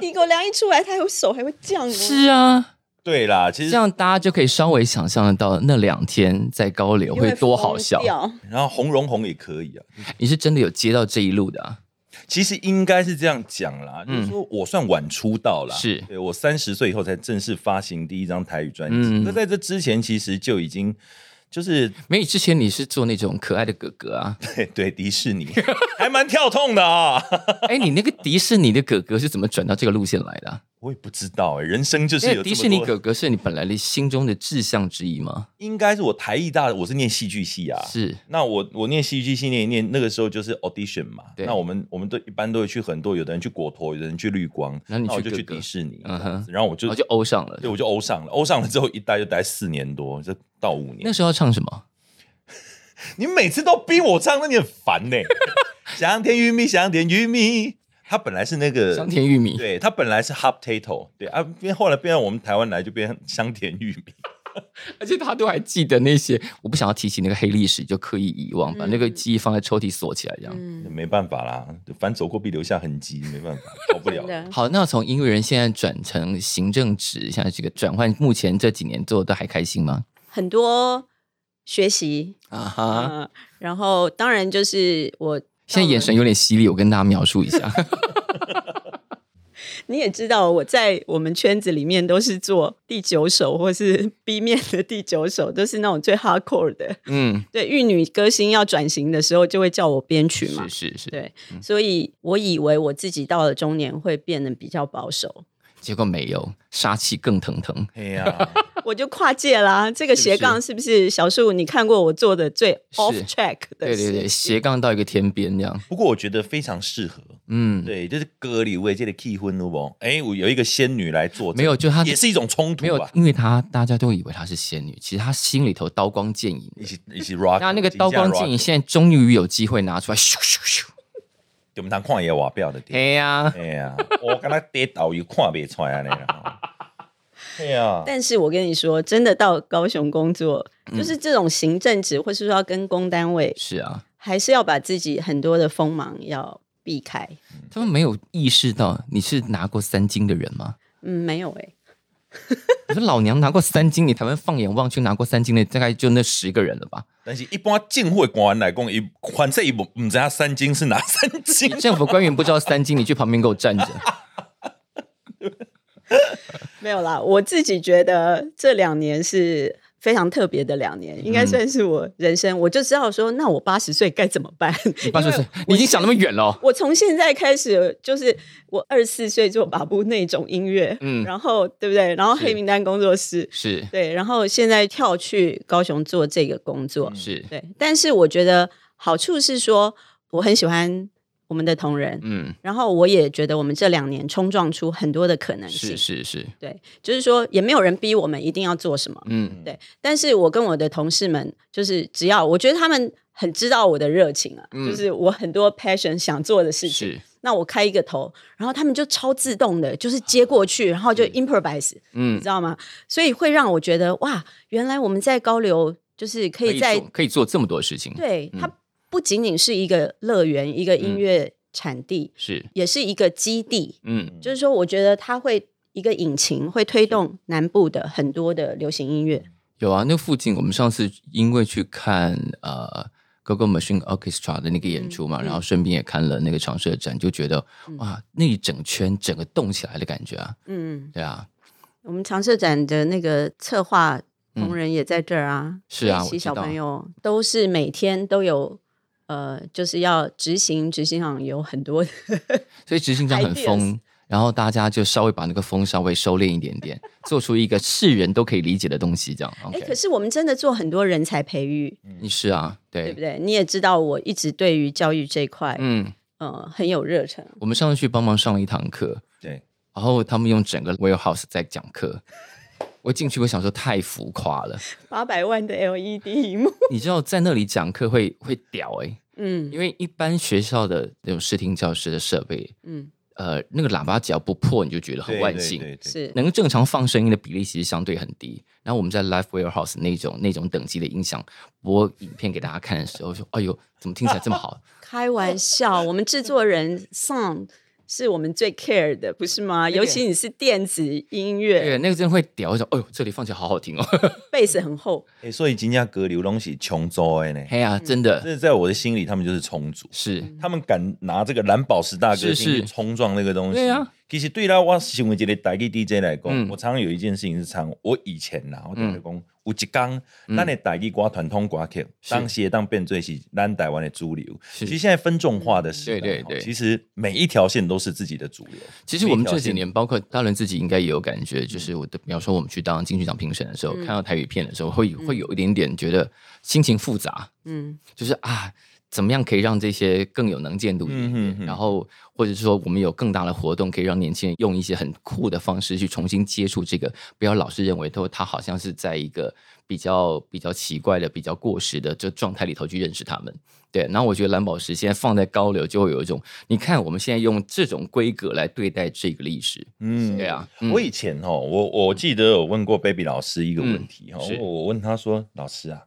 S5: 狄国良一出来，他有手还会这样哦。
S3: 是啊，
S2: 对啦，其
S3: 这
S2: 实
S3: 样大家就可以稍微想象得到那两天在高流
S5: 因为
S3: 会多好笑
S5: 疯。掉
S2: 然后红荣红也可以啊。
S3: 你是真的有接到这一路的、啊，
S2: 其实应该是这样讲啦，
S3: 嗯
S2: 就是说我算晚出道啦，
S3: 是
S2: 对我三十岁以后才正式发行第一张台语专辑。
S3: 嗯
S2: 那在这之前，其实就已经就是，
S3: 没有之前你是做那种可爱的哥哥啊
S2: 对对迪士 尼还蛮跳痛的啊、
S3: 哎，你那个迪士尼的哥哥是怎么转到这个路线来的啊、
S2: 我也不知道哎、人生就是
S3: 那
S2: 有
S3: 迪士尼
S2: 可
S3: 哥哥是你本来的心中的志向之一吗？
S2: 应该是我台艺大的，我是念戏剧系啊。
S3: 是，
S2: 那我我念戏剧系念一念，那个时候就是 audition 嘛。
S3: 对
S2: 那我们我们都一般都会去很多，有的人去果陀，有的人去绿光，
S3: 然后你
S2: 那我
S3: 去
S2: 就去
S3: 哥哥
S2: 迪士尼，
S3: 嗯哼
S2: 这样子然后我就
S3: 我就欧上了
S2: 对，。我就欧上了，欧上了之后一待就待四年多，就到五
S3: 那
S2: 年。
S3: 时候要唱什么？
S2: 你每次都逼我唱，那你很烦 呢、香甜玉米，香甜玉米，他本来是那个
S3: 香，甜玉米。
S2: 对他本来是 hot potato，对啊，变后来变到我们台湾来就变成香甜玉米。
S3: 而且他都还记得那些，我不想要提起那个黑历史，就刻意遗忘，
S2: 嗯
S3: 把那个记忆放在抽屉锁起来，这样。
S5: 嗯，
S2: 没办法啦，反正走过必留下痕迹，没办 法，跑不了
S5: 真。的。
S3: 好，那从音乐人现在转成行政职，现在这个转换，目前这几年做的还开心吗？
S5: 很多学习
S3: 啊
S5: 啊、
S3: 哈，
S5: 呃然后当然就是我
S3: 现在眼神有点犀利，我跟大家描述一下。
S5: 你也知道，我在我们圈子里面都是做第九首或是 B 面的第九首，都是那种最 hardcore 的。
S3: 嗯，
S5: 对，玉女歌星要转型的时候，就会叫我编曲嘛
S3: 是。是是，
S5: 对，所以我以为我自己到了中年会变得比较保守，
S3: 结果没有，杀气更腾腾。
S2: 哎呀，
S5: 我就跨界啦、这个
S3: 是不
S5: 斜杠
S3: 是
S5: 是不是小树？你看过我做的最 off
S3: 是
S5: track 的
S3: 对对
S5: 事
S3: 对，
S5: 情
S3: 斜杠到一个天边这样，
S2: 不过我觉得非常适合，
S3: 嗯，，
S2: 对，就是歌里为这个气氛，如不？哎，我有一个仙女来做这个，
S3: 没有，就他
S2: 也是一种冲
S3: 没
S2: 突啊
S3: 有
S2: 吧，？
S3: 因为他大家都以为她是仙女，其实她心里头刀光剑影。
S2: 一起一起 rock，
S3: 那那个刀光剑影
S2: 一起 rock，
S3: 现在终于有机会拿出来，咻咻咻！
S2: 我们当旷野瓦表的电影。
S3: 哎呀，
S2: 哎呀，我跟他跌倒又看不出来了。哎呀，
S5: 但是我跟你说，真的到高雄工作，
S3: 嗯
S5: 就是这种行政职，或是说要跟公单位，
S3: 是啊，
S5: 还是要把自己很多的锋芒要避开。
S3: 他们没有意识到你是拿过三金的人吗？
S5: 嗯，没有哎、
S3: 我说老娘拿过三金，你台湾放眼望去拿过三金的大概就那十个人了吧？，
S2: 但是一般进会官来讲，伊反正伊不唔知道三金是哪三金
S3: 政府官员不知道三金，你去旁边给我站着。
S5: 没有啦。我自己觉得这两年是非常特别的两年，
S3: 嗯
S5: 应该算是我人生，我就知道说，那我八十岁该怎么办？
S3: 你八十岁，你已经想那么远了哦。
S5: 我从现在开始，就是我二十四岁做把布那种音乐，
S3: 嗯
S5: 然后对不对？然后
S3: 是
S5: 黑名单工作室，
S3: 是
S5: 对，然后现在跳去高雄做这个工作，
S3: 嗯是，
S5: 对。但是我觉得好处是说，我很喜欢我们的同仁，
S3: 嗯，
S5: 然后我也觉得我们这两年冲撞出很多的可能性，
S3: 嗯是是是，
S5: 对，就是说也没有人逼我们一定要做什么，
S3: 嗯，
S5: 对。但是我跟我的同事们，就是只要我觉得他们很知道我的热情啊，
S3: 嗯
S5: 就是我很多 passion 想做的事情。
S3: 是，
S5: 那我开一个头，然后他们就超自动的，就是接过去，然后就 improvise，你
S3: 嗯
S5: 知，道吗？所以会让我觉得哇，原来我们在高流就是可以在
S3: 做可以做这么多事情，
S5: 对、
S3: 嗯
S5: 它不仅仅是一个乐园，一个音乐产地，
S3: 是，
S5: 也是一个基地。
S3: 嗯
S5: 就是说，我觉得它会一个引擎，会推动南部的很多的流行音乐。
S3: 有啊，那附近我们上次因为去看呃 Gogo Machine Orchestra 的那个演出嘛，
S5: 嗯嗯
S3: 然后顺便也看了那个长设展，就觉得哇，那一整圈整个动起来的感觉啊，
S5: 嗯，
S3: 对啊，
S5: 我们长社展的那个策划同仁也在这儿啊，
S3: 嗯是啊
S5: 所以
S3: 我
S5: 其
S3: 知
S5: 小
S3: 道
S5: 朋友都是每天都有。呃，就是要执行，执行上有很 多的
S3: 所以执行长很
S5: Ideas
S3: 疯。然后大家就稍微把那个风稍微收敛一点点，做出一个世人都可以理解的东西，这样。
S5: 哎
S3: OK，
S5: 可是我们真的做很多人才培育，
S3: 你是啊，
S5: 对不对？你也知道，我一直对于教育这一块，
S3: 嗯，
S5: 呃，很有热忱。
S3: 我们上次去帮忙上了一堂课，
S2: 对，
S3: 然后他们用整个 warehouse 在讲课。我进去，我想说太浮夸了。
S5: 八百万的 LED 荧幕，
S3: 你知道在那里讲课会会屌哎、
S5: 嗯
S3: 因为一般学校的那种视听教室的设备，
S5: 嗯，
S3: 呃，那个喇叭只要不破，你就觉得很万幸。
S2: 对对对对
S5: 是，
S3: 能够正常放声音的比例其实相对很低。然后我们在 Live Warehouse 那种那种等级的音响播影片给大家看的时候，说：“哎呦，怎么听起来这么好
S5: 开玩笑，我们制作人 Sound 是我们最 care 的，不是吗？
S3: 个
S5: 尤其你是电子音？”
S3: 对，
S5: 乐，
S3: 那个真的会屌，说：“哎呦，这里放起来好好听哦。
S5: 贝斯很厚，
S2: 哎，所以今天隔流东西穷州的呢”，
S3: 哎呀，真的
S2: 这在我的心里，他们就是充足。
S3: 是
S2: 他们敢拿这个蓝宝石大哥
S3: 是
S2: 去
S3: 是
S2: 冲撞那个东西，
S3: 对啊
S2: 其实对啦，我身为一个台语 DJ 来讲，
S3: 嗯
S2: 我常常有一件事情是常我以前呐，我常常讲，有一天，咱的台语歌传统歌曲，
S3: 嗯是
S2: 当时当变最是咱台湾的主流。
S3: 是嗯
S2: 其实现在分众化的时代，
S3: 对对对
S2: 其实每一条线都是自己的主流。
S3: 其实我们这
S2: 每一条
S3: 几
S2: 线
S3: 年，包括大伦自己应该也有感觉，就是我的，比方说我们去当金曲奖评审的时候，
S2: 嗯
S3: 看到台语片的时候，会会有一点点觉得心情复杂，
S5: 嗯，
S3: 就是啊，怎么样可以让这些更有能见度一点
S2: 嗯
S3: 点
S2: 哼哼
S3: 然后或者说我们有更大的活动，可以让年轻人用一些很酷的方式去重新接触这个，不要老是认为都他好像是在一个比较比较奇怪的、比较过时的这状态里头去认识他们。对，然后我觉得蓝宝石现在放在高流，就会有一种，你看我们现在用这种规格来对待这个历史，
S2: 嗯
S3: 对啊，
S2: 我以前哦，我我记得有问过 Baby 老师一个问题哈、哦
S3: 嗯是
S2: 我我问他说：“老师啊，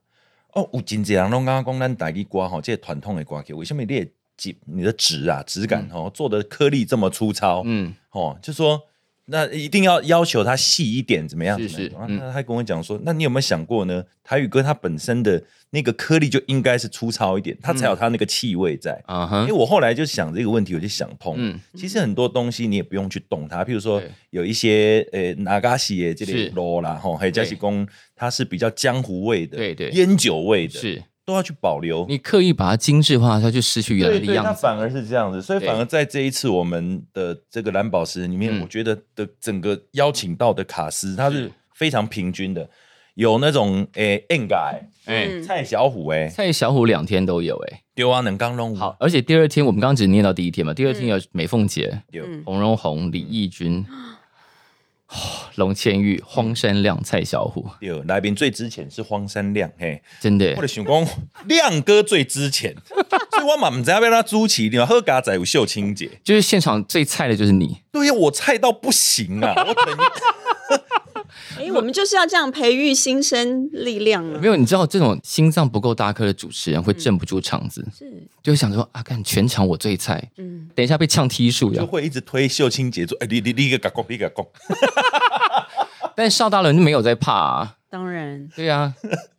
S2: 哦，有真济人拢刚刚讲咱台语歌吼，这个传统的歌曲，为什么你的质、你的质啊、质感哦，做的颗粒这么粗糙？
S3: 嗯，
S2: 哦，就说那一定要要求它细一点，怎么样？
S3: 是
S2: 怎么样
S3: 是
S2: 然后
S3: 嗯
S2: 他还跟我讲说，那你有没有想过呢？台语歌它本身的那个颗粒就应该是粗糙一点，它
S3: 嗯
S2: 才有它那个气味在。
S3: 啊
S2: 因
S3: 哈
S2: 为，我后来就想这个问题，我就想通。
S3: 嗯
S2: 其实很多东西你也不用去动它，譬如说
S3: 对
S2: 有一些呃哪嘎西的这
S3: 是
S2: 类肉啦，吼，还有加西
S3: 对
S2: 公，它是比较江湖味的，
S3: 对对
S2: 烟酒味的，
S3: 是
S2: 都要去保留。
S3: 你刻意把它精致化，它就失去原来
S2: 对
S3: 的
S2: 对，
S3: 样
S2: 它
S3: 子，
S2: 反而是这样子，所以
S3: 对
S2: 反而在这一次我们的这个蓝宝石里面，
S3: 嗯
S2: 我觉得的整个邀请到的卡斯，它是
S3: 是
S2: 非常平均的，有那种诶 N 改
S3: 哎，
S5: 嗯
S2: 蔡小虎诶，
S3: 蔡小虎两天都有哎，
S2: 丢啊能刚弄
S3: 好，而且第二天我们刚刚只念到第一天嘛，第二天有美凤姐、
S2: 有
S5: 嗯
S3: 洪荣宏、李翊君、哦龙千玉、荒山亮、蔡小虎，
S2: 有来宾最之前是荒山亮嘿，
S3: 真的
S2: 我就想讲 亮哥最之前，所以我嘛唔知要被他朱奇，你喝嘎仔有秀清姐，
S3: 就是现场最菜的就是你。
S2: 对呀，我菜到不行啊，我等
S5: 哎，我们就是要这样培育新生力量啊
S3: 没！有，你知道这种心脏不够大颗的主持人会镇不住场子，
S5: 是，
S3: 就会想说啊，干全场我最菜，
S5: 嗯，
S3: 等一下被呛踢数
S2: 就
S3: 呀。
S2: 会一直推秀清姐说，哎、你你你个嘎讲，你个讲，
S3: 但邵大人就没有在怕啊，
S5: 当然，
S3: 对啊，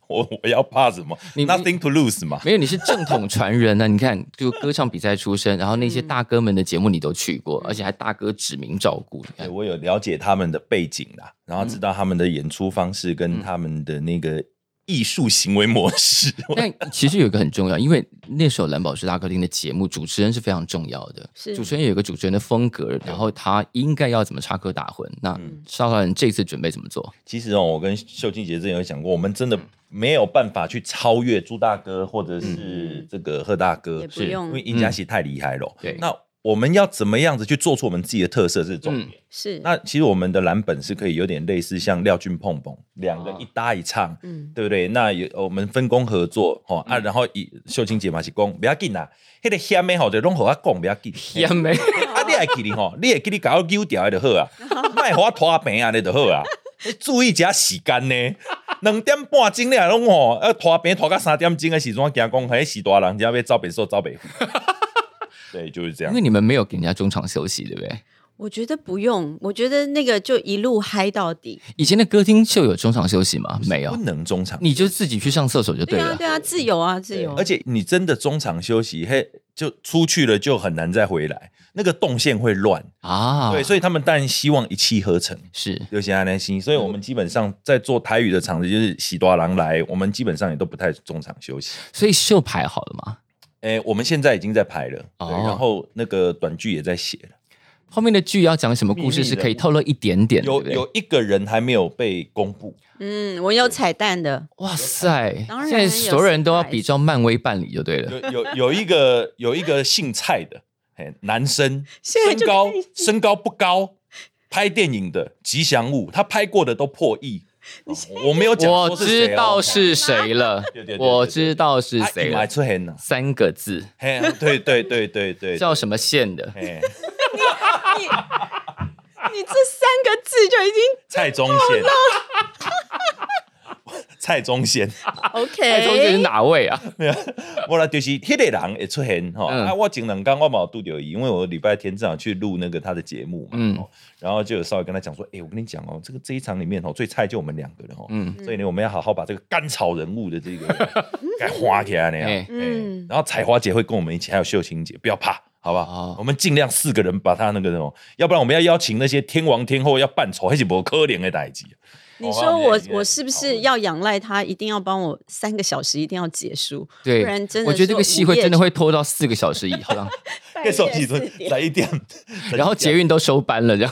S2: 我我要怕什么
S3: 你
S2: ？Nothing to lose 嘛。
S3: 没有，你是正统传人啊！你看，就歌唱比赛出身，然后那些大哥们的节目你都去过，而且还大哥指名照顾。你
S2: 对
S3: 看，
S2: 我有了解他们的背景啦，然后
S3: 嗯
S2: 知道他们的演出方式跟他们的那个艺术行为模式。
S3: 但其实有一个很重要，因为那时候蓝宝石大客厅的节目主持人是非常重要的，
S5: 是
S3: 主持人有一个主持人的风格，然后他应该要怎么插科打诨。那
S2: 嗯
S3: 邵大人这次准备怎么做？
S2: 其实哦，我跟秀清姐之前有讲过，我们真
S5: 嗯
S2: 的没有办法去超越朱大哥或者是这个贺大哥
S5: 嗯也，不用嗯
S2: 因为尹佳琪太厉害了。
S3: 对
S2: 那我们要怎么样子去做出我们自己的特色是重点。
S5: 是，
S2: 那其实我们的蓝本是可以有点类似像廖俊碰碰两个
S3: 哦
S2: 一搭一唱，
S5: 嗯，
S2: 对不对？那有我们分工合作哦啊，然后以秀清姐嘛是讲不要紧啦，迄个虾妹吼就拢互我讲不要紧，
S3: 也没
S2: 啊你会记哩吼，你会记哩搞我揪掉的就好啊，卖互我拖病安尼就好啊，你注意一下时间呢。两点半钟你啊拢吼，啊拖病拖到三点钟的时阵，我惊讲迄是大人家要走别墅走别墅。对，就是这样
S3: 因为。你们没有给人家中场休息，对不对？
S5: 我觉得不用，我觉得那个就一路嗨到底。
S3: 以前的歌厅秀有中场休息吗？没有
S2: 不，能中场，
S3: 你就自己去上厕所就对
S5: 对
S3: 了。
S5: 啊，对啊，自由啊，自由啊。
S2: 而且你真的中场休息，嘿，就出去了就很难再回来，那个动线会乱。
S3: 啊
S2: 对，所以他们当然希望一气呵成，
S3: 是
S2: 留下安心。所以我们基本上在做台语的场子，就是喜多郎来，我们基本上也都不太中场休息。
S3: 所以秀排好了嘛，
S2: 诶，我们现在已经在排了，对，
S3: 哦
S2: 然后那个短剧也在写了。
S3: 后面的剧要讲什么故事是可以透露一点点，
S2: 有
S3: 对不对
S2: 有一个人还没有被公布，
S5: 嗯，我有彩蛋的，
S3: 哇塞，
S5: 当然
S3: 现在所有人都要比照漫威办理就对了。
S2: 有有有一个有一个姓蔡的，嘿，男生，
S5: 现在
S2: 身
S5: 就
S2: 高
S5: 可以
S2: 身高不高，拍电影的吉祥物，他拍过的都破亿。哦我没有讲说
S3: 我
S2: 是谁哦，
S3: 知道是谁 了
S2: 对对对对，对
S3: 我知道是
S2: 他
S3: 谁
S2: 引来
S3: 了，
S2: 出现了。
S3: 三个字
S2: 嘿，对对对对对，
S3: 叫
S2: 什
S3: 什么线的？
S2: 嘿，
S5: 你这三个字就 已经
S2: 蔡宗宪，蔡宗宪，
S5: OK。
S3: 蔡宗宪哎是哪位啊？
S2: 我啦就是迄个人会出现吼。
S3: 嗯
S2: 啊，我前两天我嘛有拄着伊，因为我礼拜天正好去录那个他的节目嘛，
S3: 嗯
S2: 吼然后就有稍微跟他讲说，诶，我跟你讲哦，这个这一场里面哦，最菜就我们两个人哦，
S3: 嗯，
S2: 所以呢，我们要好好把这个甘草人物的这 个给花起来呢。
S3: 哎
S2: 嗯
S5: 嗯，
S2: 然后彩花姐会跟我们一起，还有秀清姐，不要怕，好不好？
S3: 哦
S2: 我们尽量四个人把她那个什么，要不然我们要邀请那些天王天后要扮丑，还是不可怜的代志。
S5: 你说我
S2: 好吧
S5: 我是不是？要仰赖他，一定要帮我三个小时一定要结束？
S3: 对
S5: 不然真，的
S3: 我觉得这个
S5: 是
S3: 戏
S5: 午
S3: 会
S5: 夜
S3: 真的会拖到四个小时以 后，
S2: 那时候几
S5: 半夜
S2: 分
S5: 四？点
S2: 来一 点，
S3: 然后捷运都收班了，这样。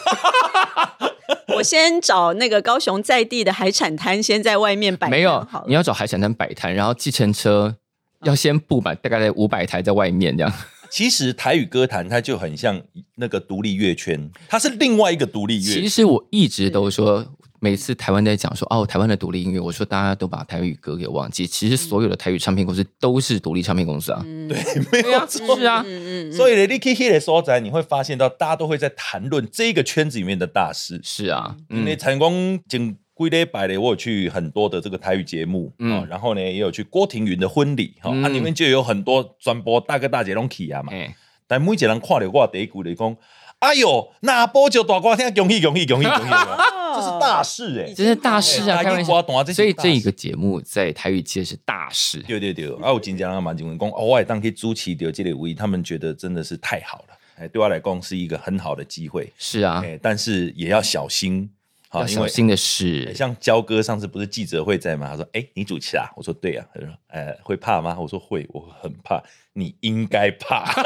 S5: 我先找那个高雄在地的海产摊，先在外面摆
S3: 没有
S5: 摊好，了
S3: 你要找海产摊摆摊，然后计程车要先布满大概在五百台在外面这样。
S2: 其实台语歌坛它就很像那个独立乐圈，它是另外一个独立
S3: 其
S2: 乐。
S3: 实我一直都说，每次台湾在讲说哦，台湾的独立音乐，我说大家都把台语歌给忘记，其实所有的台语唱片公司都是独立唱片公司啊。
S5: 嗯
S2: 没有错。
S3: 是啊，
S5: 嗯嗯嗯，
S2: 所以呢，你去 K 的所在，你会发现到大家都会在谈论这个圈子里面的大事。
S3: 是啊，
S2: 因为
S3: 嗯，
S2: 成功整归礼拜嘞，我有去很多的这个台语节目，
S3: 嗯
S2: 哦，然后呢也有去郭庭云的婚礼，哈、
S3: 嗯
S2: 啊里面就有很多专播大哥大姐拢去啊嘛，
S3: 哎，
S2: 但每一个人看到我第一句就讲，哎哟，那波就大歌听，恭喜恭喜恭喜 恭喜，
S5: 哦
S2: 这是大事哎、
S3: 这是大事啊，
S2: 哎
S3: 开玩
S2: 台语歌
S3: 笑
S2: 单这。是
S3: 所以
S2: 大事
S3: 这一个节目在台语界是大事。
S2: 对对对，啊，有真正人蛮认为讲，哦，我也当去主持到这个位，他们觉得真的是太好了，哎，对我来讲是一个很好的机会，
S3: 是啊，
S2: 哎，但是也要小心，啊
S3: 要
S2: 因
S3: 小
S2: 为
S3: 心的
S2: 欸
S3: 是，
S2: 像焦哥上次不是记者会在吗？他说：“哎、你主持啊？”我说：“对啊。”他说：“呃，会怕吗？”我说：“会，我很怕。”你应该怕。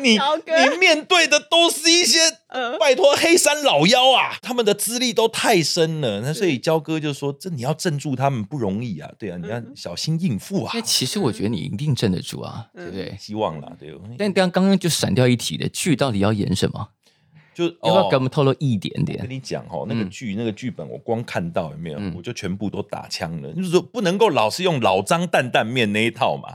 S2: 你
S5: 小哥
S2: 你面对的都是一些
S3: 嗯
S5: 呃，
S2: 拜托黑山老妖啊，他们的资历都太深了。那所以焦哥就说，这你要镇住他们不容易啊，对啊，你
S3: 嗯
S2: 要小心应付啊
S3: 那。其实我觉得你一定镇得住啊，对
S5: 嗯
S3: 不对？
S2: 希望啦，对，
S3: 但刚刚刚就闪掉一题的剧到底要演什么？
S2: 就
S3: 要不要给
S2: 哦
S3: 我们透露一点
S2: 我跟
S3: 点？
S2: 你讲哦，那个
S3: 嗯
S2: 剧、那个剧本，我光看到有没有，
S3: 嗯
S2: 我就全部都打枪了。就是说，不能够老是用老张担担面那一套 嘛，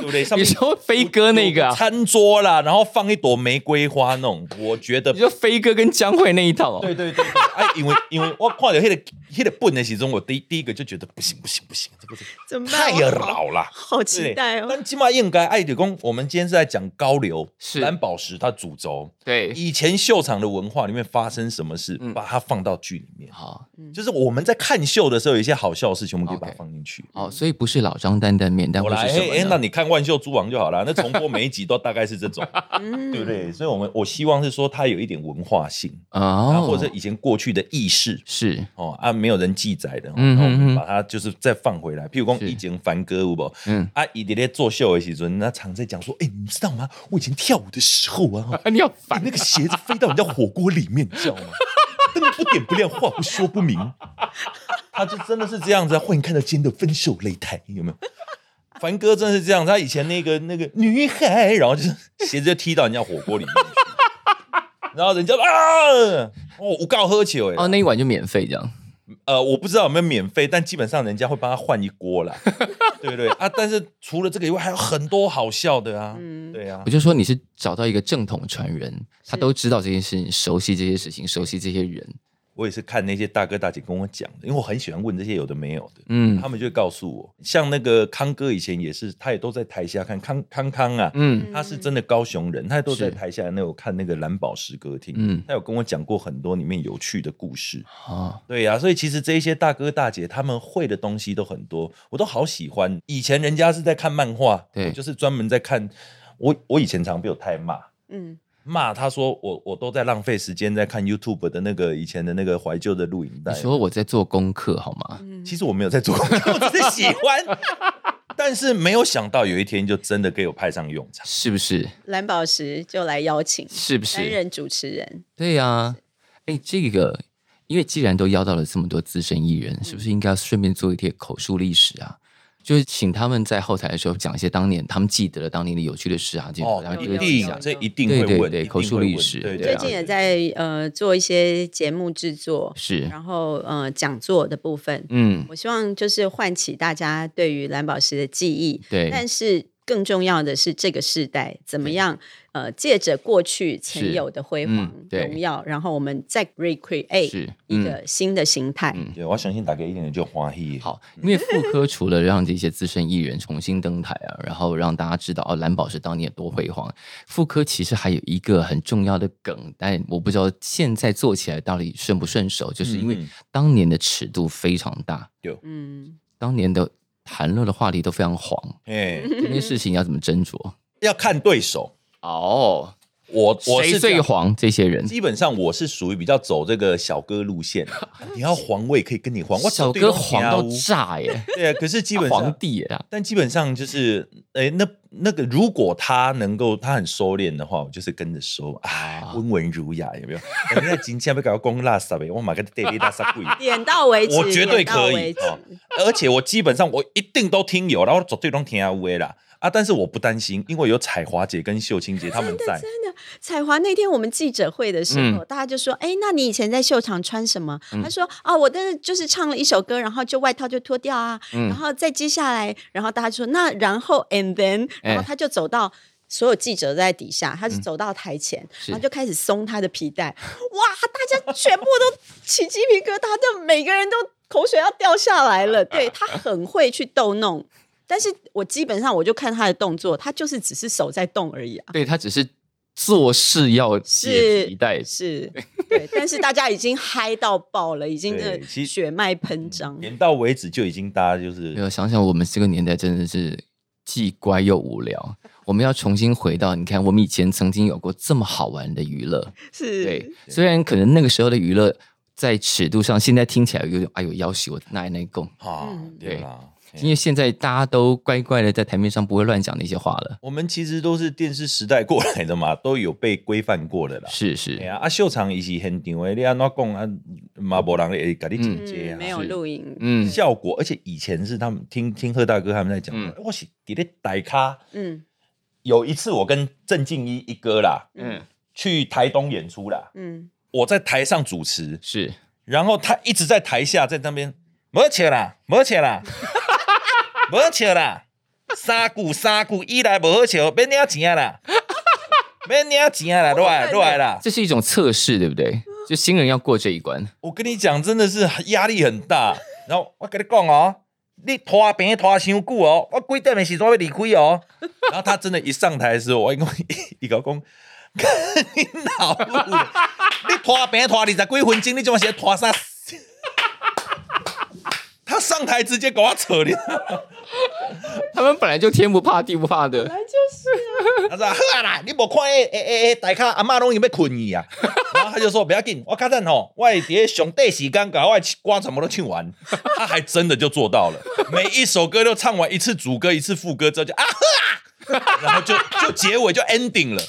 S2: 对不对？上
S3: 你
S2: 面
S3: 说飞哥那个、
S2: 有
S3: 啊，
S2: 餐桌啦，然后放一朵玫瑰花那种，我觉得
S3: 你。说飞哥跟江蕙那一套、哦，
S2: 对对对对，哎、因为因为我看到那个那个笨的时钟，我第第一个就觉得不行不行不行，这个是
S5: 怎么办？
S2: 太
S5: 我好，
S2: 老了。
S5: 好期待哦。
S2: 但起码应该爱的公，我们今天是在讲高流
S3: 是
S2: 蓝宝石它主轴，
S3: 对，
S2: 以前秀场的文化里面发生什么事，
S3: 嗯
S2: 把它放到剧里面。
S3: 好
S2: 就是我们在看秀的时候，有一些好笑的事情，我们可以
S3: OK
S2: 把它放进去。
S3: 哦，所以不是老张担担面，但
S2: 我
S3: 会
S2: 来，
S3: 是
S2: 哎、哎
S3: 什
S2: 那
S3: 么呢？
S2: 你看《万秀诸王》就好了， 那重播每一集都大概是这种，
S5: 嗯，
S2: 对不？对？所以，我们我希望是说它有一点文化性，啊，
S3: 哦，
S2: 或者以前过去的意识
S3: 是
S2: 哦，啊，没有人记载的，哦
S3: 嗯
S2: 那我
S3: 嗯嗯
S2: 们把它就是再放回来。譬如说
S3: 是
S2: 以前凡哥，有不？
S3: 嗯，
S2: 啊，伊在咧做秀的时阵，那常在讲说，哎、你知道吗？我以前跳舞的时候啊，
S3: 你要
S2: 把
S3: 反
S2: 那个鞋子飞到人家火锅里面，你知道吗？灯不点不亮，话不说不明，他就真的是这样子啊。欢迎看到今天的分手擂台，有没有？凡哥真的是这样，他以前那个那个女孩，然后就是鞋子就踢到人家火锅里面去，然后人家啊，哦，我告喝酒哎，
S3: 哦，那一碗就免费这样。
S2: 呃，我不知道有没有免费，但基本上人家会帮他换一锅啦，对不对啊？但是除了这个以外，还有很多好笑的啊，
S5: 嗯
S2: 对啊
S3: 我，就说你是找到一个正统传人，他
S5: 是
S3: 都知道这件事情，熟悉这些事情，熟悉这些人。
S2: 我也是看那些大哥大姐跟我讲的，因为我很喜欢问这些有的没有的。
S3: 嗯
S2: 他们就会告诉我，像那个康哥以前也是，他也都在台下看康康康啊，
S3: 嗯
S2: 他是真的高雄人，他也都在
S3: 是
S2: 台下那有看那个蓝宝石歌厅，
S3: 嗯，
S2: 他有跟我讲过很多里面有趣的故事。
S3: 好，
S2: 对呀、所以其实这一些大哥大姐他们会的东西都很多，我都好喜欢。以前人家是在看漫画，
S3: 对
S2: 我就是专门在看。我我以前常被我太骂。
S5: 嗯，
S2: 骂他说我我都在浪费时间在看 YouTube 的那个以前的那个怀旧的录影带
S3: 你，说我在做功课好吗？
S5: 嗯
S2: 其实我没有在做功课，我只是喜 欢，但是没有想到有一天就真的给我派上用 场。
S3: 是不是？
S5: 蓝宝石就来邀请
S3: 是不
S5: 担
S3: 是？
S5: 任主持人，
S3: 对呀、哎，这个，因为既然都邀到了这么多资深艺
S5: 嗯
S3: 人，是不是应该顺便做一点口述历史啊？就是请他们在后台的时候讲一些当年他们记得的当年的有趣的事啊，这种然后
S5: 有
S2: 哦一
S3: 一个
S5: 有
S3: 记
S5: 有
S2: 定
S3: 讲，
S2: 这一定会问，
S3: 对对
S2: 一
S3: 对
S2: 定会
S3: 口述
S2: 问
S3: 历史
S2: 对
S3: 对
S5: 最
S3: 啊
S5: 近也在呃做一些节目制作，
S3: 是，
S5: 然后呃讲座的部分，
S3: 嗯，
S5: 我希望就是唤起大家对于蓝宝石的记忆，但
S3: 对，
S5: 是更重要的是这个世代怎么样呃借着过去曾有的辉煌
S3: 嗯、对
S5: 荣耀，然后我们再 recreate
S3: 是，
S5: 一
S3: 嗯。
S5: 个新的形态。
S3: 嗯
S2: 对，我相信打给一点点就欢喜。，
S3: 好，因为妇 科除了让这些资深艺人重新登台啊，然后让大家知道哦，蓝宝石当年有多辉煌，妇科其实还有一个很重要的梗，但我不知道现在做起来到底顺不顺手，就是因为
S2: 嗯嗯
S3: 当年的尺度非常大，
S5: 嗯，
S3: 当年的谈论的话题都非常 黄，
S2: 哎，
S3: 这件事情要怎么斟酌？
S2: 要看对手。
S3: 哦，
S2: 我我
S3: 谁
S2: 是这
S3: 最
S2: 样，
S3: 黄？这些人，
S2: 基本上我是属于比较走这个小哥路线。 你要黄，我也可以跟你黄。我
S3: 小
S2: 绝对
S3: 哥
S2: 都
S3: 黄
S2: 听
S3: 到
S2: 啊呜
S3: 炸耶，
S2: 对啊，可是基本
S3: 皇
S2: 上，
S3: 帝耶啊！
S2: 但基本上就是，哎，那那个如果他能够他很收敛的话，我就是跟着收，哎，
S5: 啊
S2: 温文儒雅，有没有？ 人家今天被搞到公垃圾呗，我马个地地垃 圾鬼。
S5: 点到为止，
S2: 我绝对
S5: 点到
S2: 可
S5: 为
S2: 以
S5: 止
S2: 哦，而且我基本上我一定都听有，然后我绝对都听阿威啦啊！但是我不担心，因为有彩华姐跟秀清姐他们在，
S5: 彩华那天我们记者会的时
S3: 嗯
S5: 候，大家就说：“哎、那你以前在秀场穿什么？”他说：“啊，我的就是唱了一首歌，然后就外套就脱掉啊，
S3: 嗯
S5: 然后再接下来，然后大家就说那然后 and then，
S3: 哎嗯
S5: 然后他就走到。”所有记者都在底下，他就走到台前，
S3: 是
S5: 然后就开始松他的皮带，哇！大家全部都起鸡皮疙瘩，就每个人都口水要掉下来了。对他很会去逗弄，但是我基本上我就看他的动作，他就是只是手在动而已啊。
S3: 对他只是做事要解
S5: 是
S3: 皮带，
S5: 是对，但是大家已经嗨到爆了，已经
S2: 对
S5: 真的
S2: 其实
S5: 血脉喷
S3: 嗯
S5: 张。
S2: 点到为止就已经大家就是
S3: 没有想想我们这个年代真的是既乖又无聊。我们要重新回到，你看我们以前曾经有过这么好玩的娱乐，
S5: 是，
S3: 对，虽然可能那个时候的娱乐在尺度上，现在听起来有点哎呦要死我奶奶供，
S2: 啊
S5: 嗯，
S2: 对啦，
S3: 因为现在大家都乖乖的在台面上不会乱讲那些话了。
S2: 我们其实都是电视时代过来的嘛，都有被规范过的啦。
S3: 是
S2: 哎
S3: 是，
S2: 呀，啊，秀场伊是现场的，你安怎讲啊？嘛无人会甲你
S5: 嗯
S2: 剪接啊，
S5: 没有录影，
S3: 嗯，
S2: 效果。而且以前是他们听听贺大哥他们在讲，
S3: 嗯
S2: 我是伫咧台咖。
S5: 嗯
S2: 有一次我跟郑敬一一哥啦
S5: 嗯
S2: 去台东演出啦，
S5: 嗯
S2: 我在台上主持，
S3: 是
S2: 然后他一直在台下在那边，没笑啦，没笑啦， 没笑啦，三句三句一来没好笑，免领钱啦，免领钱啦，落来落来啦。
S3: 这是一种测试，对不对？就新人要过这一关，
S2: 我跟你讲，真的是压力很大。然后我跟你讲哦，你拖边拖伤久哦，我几点的时候要离开哦。然后他真的，一上台的时候，我一共一个讲， 干你老母的，你拖边拖二十几分钟，你怎么写拖啥？ 他上台直接给我扯了，
S3: 他们本来就天不怕地不怕的，
S2: 他说：“好啊啦，你无看诶诶诶诶，大家阿嬷拢已经要困去啊。”然后他就说：“不要紧，我较等吼，我会伫咧上短时间把我的歌全部都唱完。”他还真的就做到了，每一首歌都唱完一次主歌，一次副歌之后就啊呵啊，然后就就结尾就 ending 了。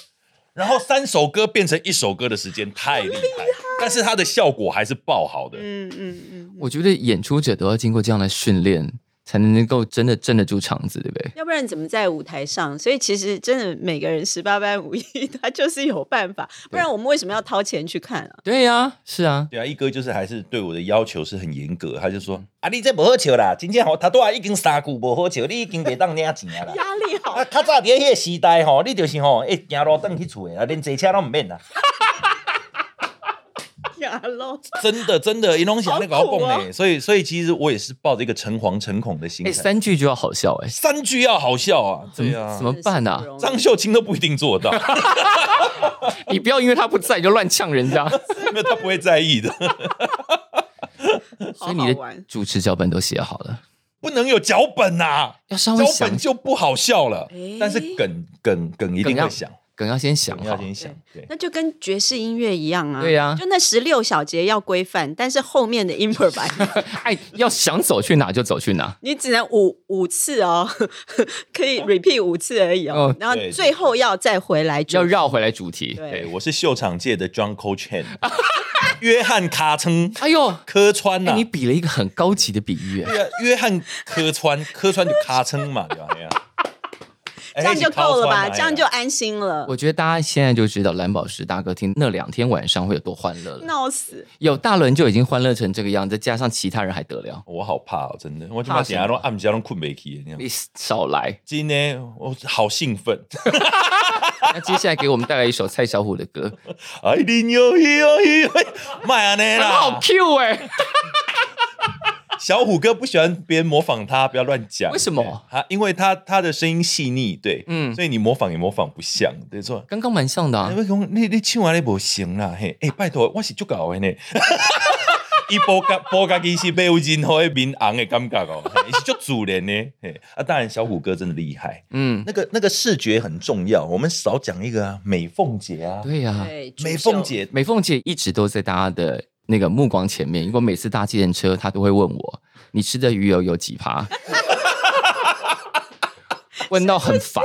S2: 然后三首歌变成一首歌的时间，太厉害！但是它的效果还是爆好的。
S5: 嗯嗯嗯，
S3: 我觉得演出者都要经过这样的训练，才能够真的镇得住场子，对不对？
S5: 要不然怎么在舞台上？所以其实真的每个人十八般武艺， 他就是有办法，不然我们为什么要掏钱去看啊？
S3: 对呀、是啊，
S2: 对啊，一哥就是还是对我的要求是很严格，他就说：“啊，你这不好笑啦，今天吼他都已经三句不好笑，你已经别当领钱啊啦。”
S5: 压力好
S2: 啊，较早伫迄个时代吼，你就是吼，会行路转去厝诶，啊，连坐车拢毋免啦。
S5: 呀喽！
S2: 真的，真的，伊拢想那个我讲
S5: 好苦
S2: 诶，所以，所以其实我也是抱着一个诚惶诚恐的心
S3: 哎，
S2: 态。
S3: 三句就要好笑哎、
S2: 三句要好笑啊，
S3: 怎么
S2: 对啊
S3: 怎，么办啊？
S2: 张秀清都不一定做 到，
S3: 你不要因为他不在你就乱呛人家。
S2: 因为他不会在意的，
S5: 好
S3: 所以
S5: 好
S3: 你的
S5: 玩，
S3: 主持脚本都写好了，
S2: 不能有脚本呐、
S3: 要
S2: 啊，
S3: 稍微
S2: 脚
S3: 想
S2: 本就不好笑了
S5: 诶。
S2: 但是梗梗梗一定
S3: 梗要
S2: 会想，
S3: 梗，要先想
S2: 哎梗
S3: 好
S2: 要。先想，对。
S5: 那就跟爵士音乐一样啊。
S3: 对呀
S5: 就那十六小节要规范，但是后面的 improvise
S3: 哎，要想走去哪就走去哪。
S5: 你只能五五次哦， 可以 repeat 五次而已哦
S3: 哦。
S5: 然后
S2: 对对
S5: 最后要再回来主
S3: 要绕回来主题。
S2: 对，
S5: 对，
S2: 我是秀场界的 John Cochin，约翰卡称
S3: 哎呦，
S2: 科川啊呐、
S3: 哎，你比了一个很高级的比喻，哎
S2: 对啊，约翰科川，科川就咔称嘛，对吧？哎呀
S5: 这样就够了吧？这样就
S2: 哎
S5: 安心了。
S3: 我觉得大家现在就知道蓝宝石大歌厅那两天晚上会有多欢乐了。
S5: 闹死！
S3: 有大伦就已经欢乐成这个样子，再加上其他人还得了？
S2: 我好怕哦，真的，我今晚等下都暗下都困不起那样。
S3: 你哎少来。
S2: 今天我好兴奋，
S3: 那接下来给我们带来一首蔡小虎的歌，
S2: 哎，你有有有，卖安尼
S3: 很好
S2: 啦！
S3: Q 哎、
S2: 小虎哥不喜欢别人模仿他，不要乱讲。
S3: 为什么
S2: 对？他因为他他的声音细腻，对，
S3: 嗯
S2: 嗯，所以你模仿也模仿不像，对错。
S3: 刚刚蛮像的、啊
S2: 哎，。我讲你你唱安尼无行啦，嘿，哎、拜托，我是足够的呢。 伊播家播家己是没有任何的面红的感觉哦，嘿伊是足自然的。嘿，啊，当然小虎哥真的厉害，
S3: 嗯，
S2: 那个那个视觉很重要，我们少讲一个啊，美凤姐啊，
S3: 对呀、
S5: 对，
S2: 美
S5: 助手
S2: 凤，姐
S3: 美凤姐一直都在大家的那个目光前面。因为每次搭计程车，她都会问我：“你吃的鱼油有几趴？” 问到很烦。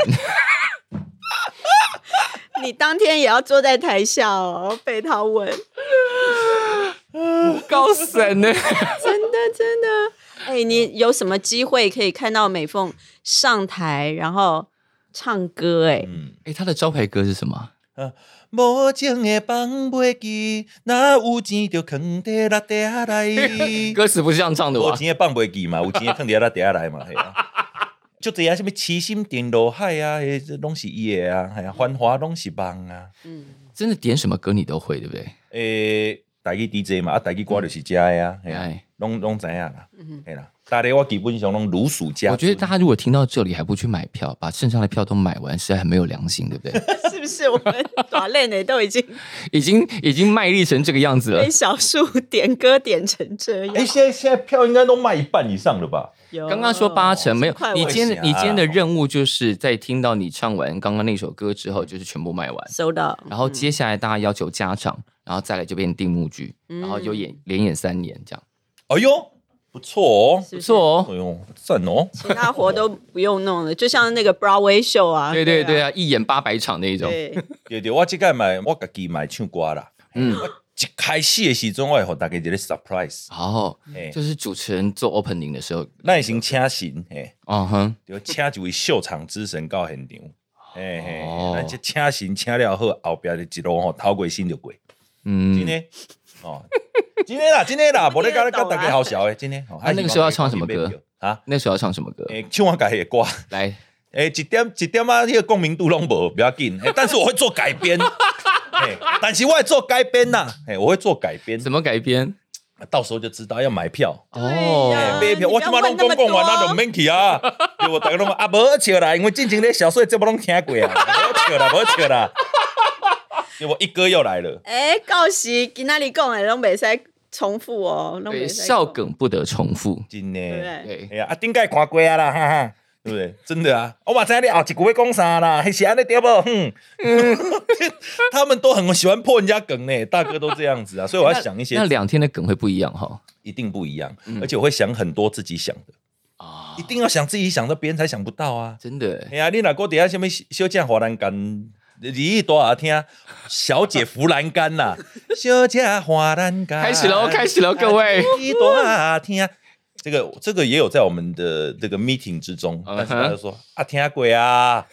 S5: 你当天也要坐在台下哦，被他吻，
S3: 高神呢？
S5: 真的真的。哎，你有什么机会可以看到美凤上台，然后唱歌？哎，
S2: 嗯，
S3: 哎，他的招牌歌是什么？
S2: 无情的放袂记，若有钱就藏伫拉底下来。
S3: 歌词不是这样唱的
S2: 无
S3: 吧？
S2: 钱的放袂记嘛，有钱的放伫遐底下来嘛，系 啊。就这样，什么七星点落海啊，迄这拢是伊的啊，系啊，繁华拢是梦啊。
S5: 嗯，
S3: 真的点什么歌你都会，对不对？
S2: 诶、台语 DJ 嘛，啊，台语歌就是遮的啊，系啊
S3: 哎，
S2: 拢拢知影啦，
S5: 嗯
S2: 系啦。大家我基本上拢如数家珍。
S3: 我觉得大家如果听到这里还不去买票，把剩下的票都买完，实在很没有良心，对不 对？
S5: 是不是我们短练呢都已经
S3: 已经已经卖力成这个样子了
S5: 被。小树点歌点成这
S2: 诶、
S5: 样？
S2: 现在现在票应该都卖一半以上了吧？
S5: 有
S3: 刚刚说八成没有
S5: 快，
S3: 你
S5: 完
S3: 今
S2: 成
S3: 天
S2: 啊
S3: 你今天的任务就是在听到你唱完刚刚那首歌之后，就是全部卖完，
S5: 收到，
S3: 然后接下来大家要求
S5: 嗯
S3: 加场，然后再来就变定目剧，然后就演连演三年这样。
S2: 哎呦，不错哦，
S5: 是
S3: 不
S5: 不是
S3: 错哦
S2: 哎。呦，赞哦，
S5: 其他活都不用弄了，就像那个 Broadway show 啊，
S3: 对对对
S5: 啊，
S3: 啊，一演八百场那一种。
S5: 对，
S2: 对对，我即个买，我家己买唱歌啦。
S3: 嗯，
S2: 一开始的时阵，我会给大家一个 surprise，
S3: 好，
S2: 嘿，
S3: 就是主持人做 opening 的时候，
S2: 咱会先请神，嘿，
S3: 嗯哼，
S2: 就请一位秀场之神到现场，嘿嘿，
S3: 哦
S2: 咱这请神请了好，后壁就一路吼头过身就过，真
S3: 嗯，
S2: 的，哦，真的啦，真的啦，无咧甲咧甲
S5: 听得懂啊
S2: 大家好笑的，真的。哦
S3: 那那个时候要唱什么歌
S2: 啊？
S3: 那时候要唱什么歌？
S2: 诶，唱我家己的歌。
S3: 来，
S2: 诶、一点一点啊，迄个共鸣度拢无，不要紧。诶、但是我会做改编，诶，但是我会做改编呐、诶、我会做改编，啊
S3: 怎么改编？
S2: 到时候就知道要买票。
S5: 对呀
S2: 诶
S5: 啊
S2: 买票，
S5: 你
S2: 哦我
S5: 不
S2: 即
S5: 要
S2: 摆拢
S5: 问那
S2: 讲
S5: 么
S2: 讲完啊，
S5: 多
S2: 就免去啊。对我大家拢讲啊，无笑啦，因为进前咧小说节目拢听过啊，无笑啦，无笑啦。对我一哥又来了，
S5: 哎，告喜，今哪里讲的拢袂使重复哦，拢
S3: 对，
S5: 袂使
S3: 笑，梗不得重复。
S2: 真
S5: 对不
S2: 诶。
S5: 对？
S3: 对
S2: 哎，呀，啊，顶盖看过啊啦，哈哈，对不对？真的啊，我嘛知你后一句要讲啥啦，迄是安尼对不？嗯，他们都很喜欢破人家梗呢，大哥都这样子啊，所以我要想一些
S3: 那两天的梗会不一样哈。
S2: 一定不一样
S3: 嗯，
S2: 而且我会想很多自己想的，
S3: 啊
S2: 一定要想自己想的，别人才想不到啊。
S3: 真 的
S2: 哎呀，你若果底下什么小姐荷兰干？你多少听？小姐扶栏杆呐，小姐荷兰干，
S3: 开始喽，开始喽，各
S5: 哎
S3: 位。
S2: 一朵听啊，这个这个也有在我们的这个 meeting 之中，
S3: 嗯哼
S2: 但是他就说啊，听啊鬼啊，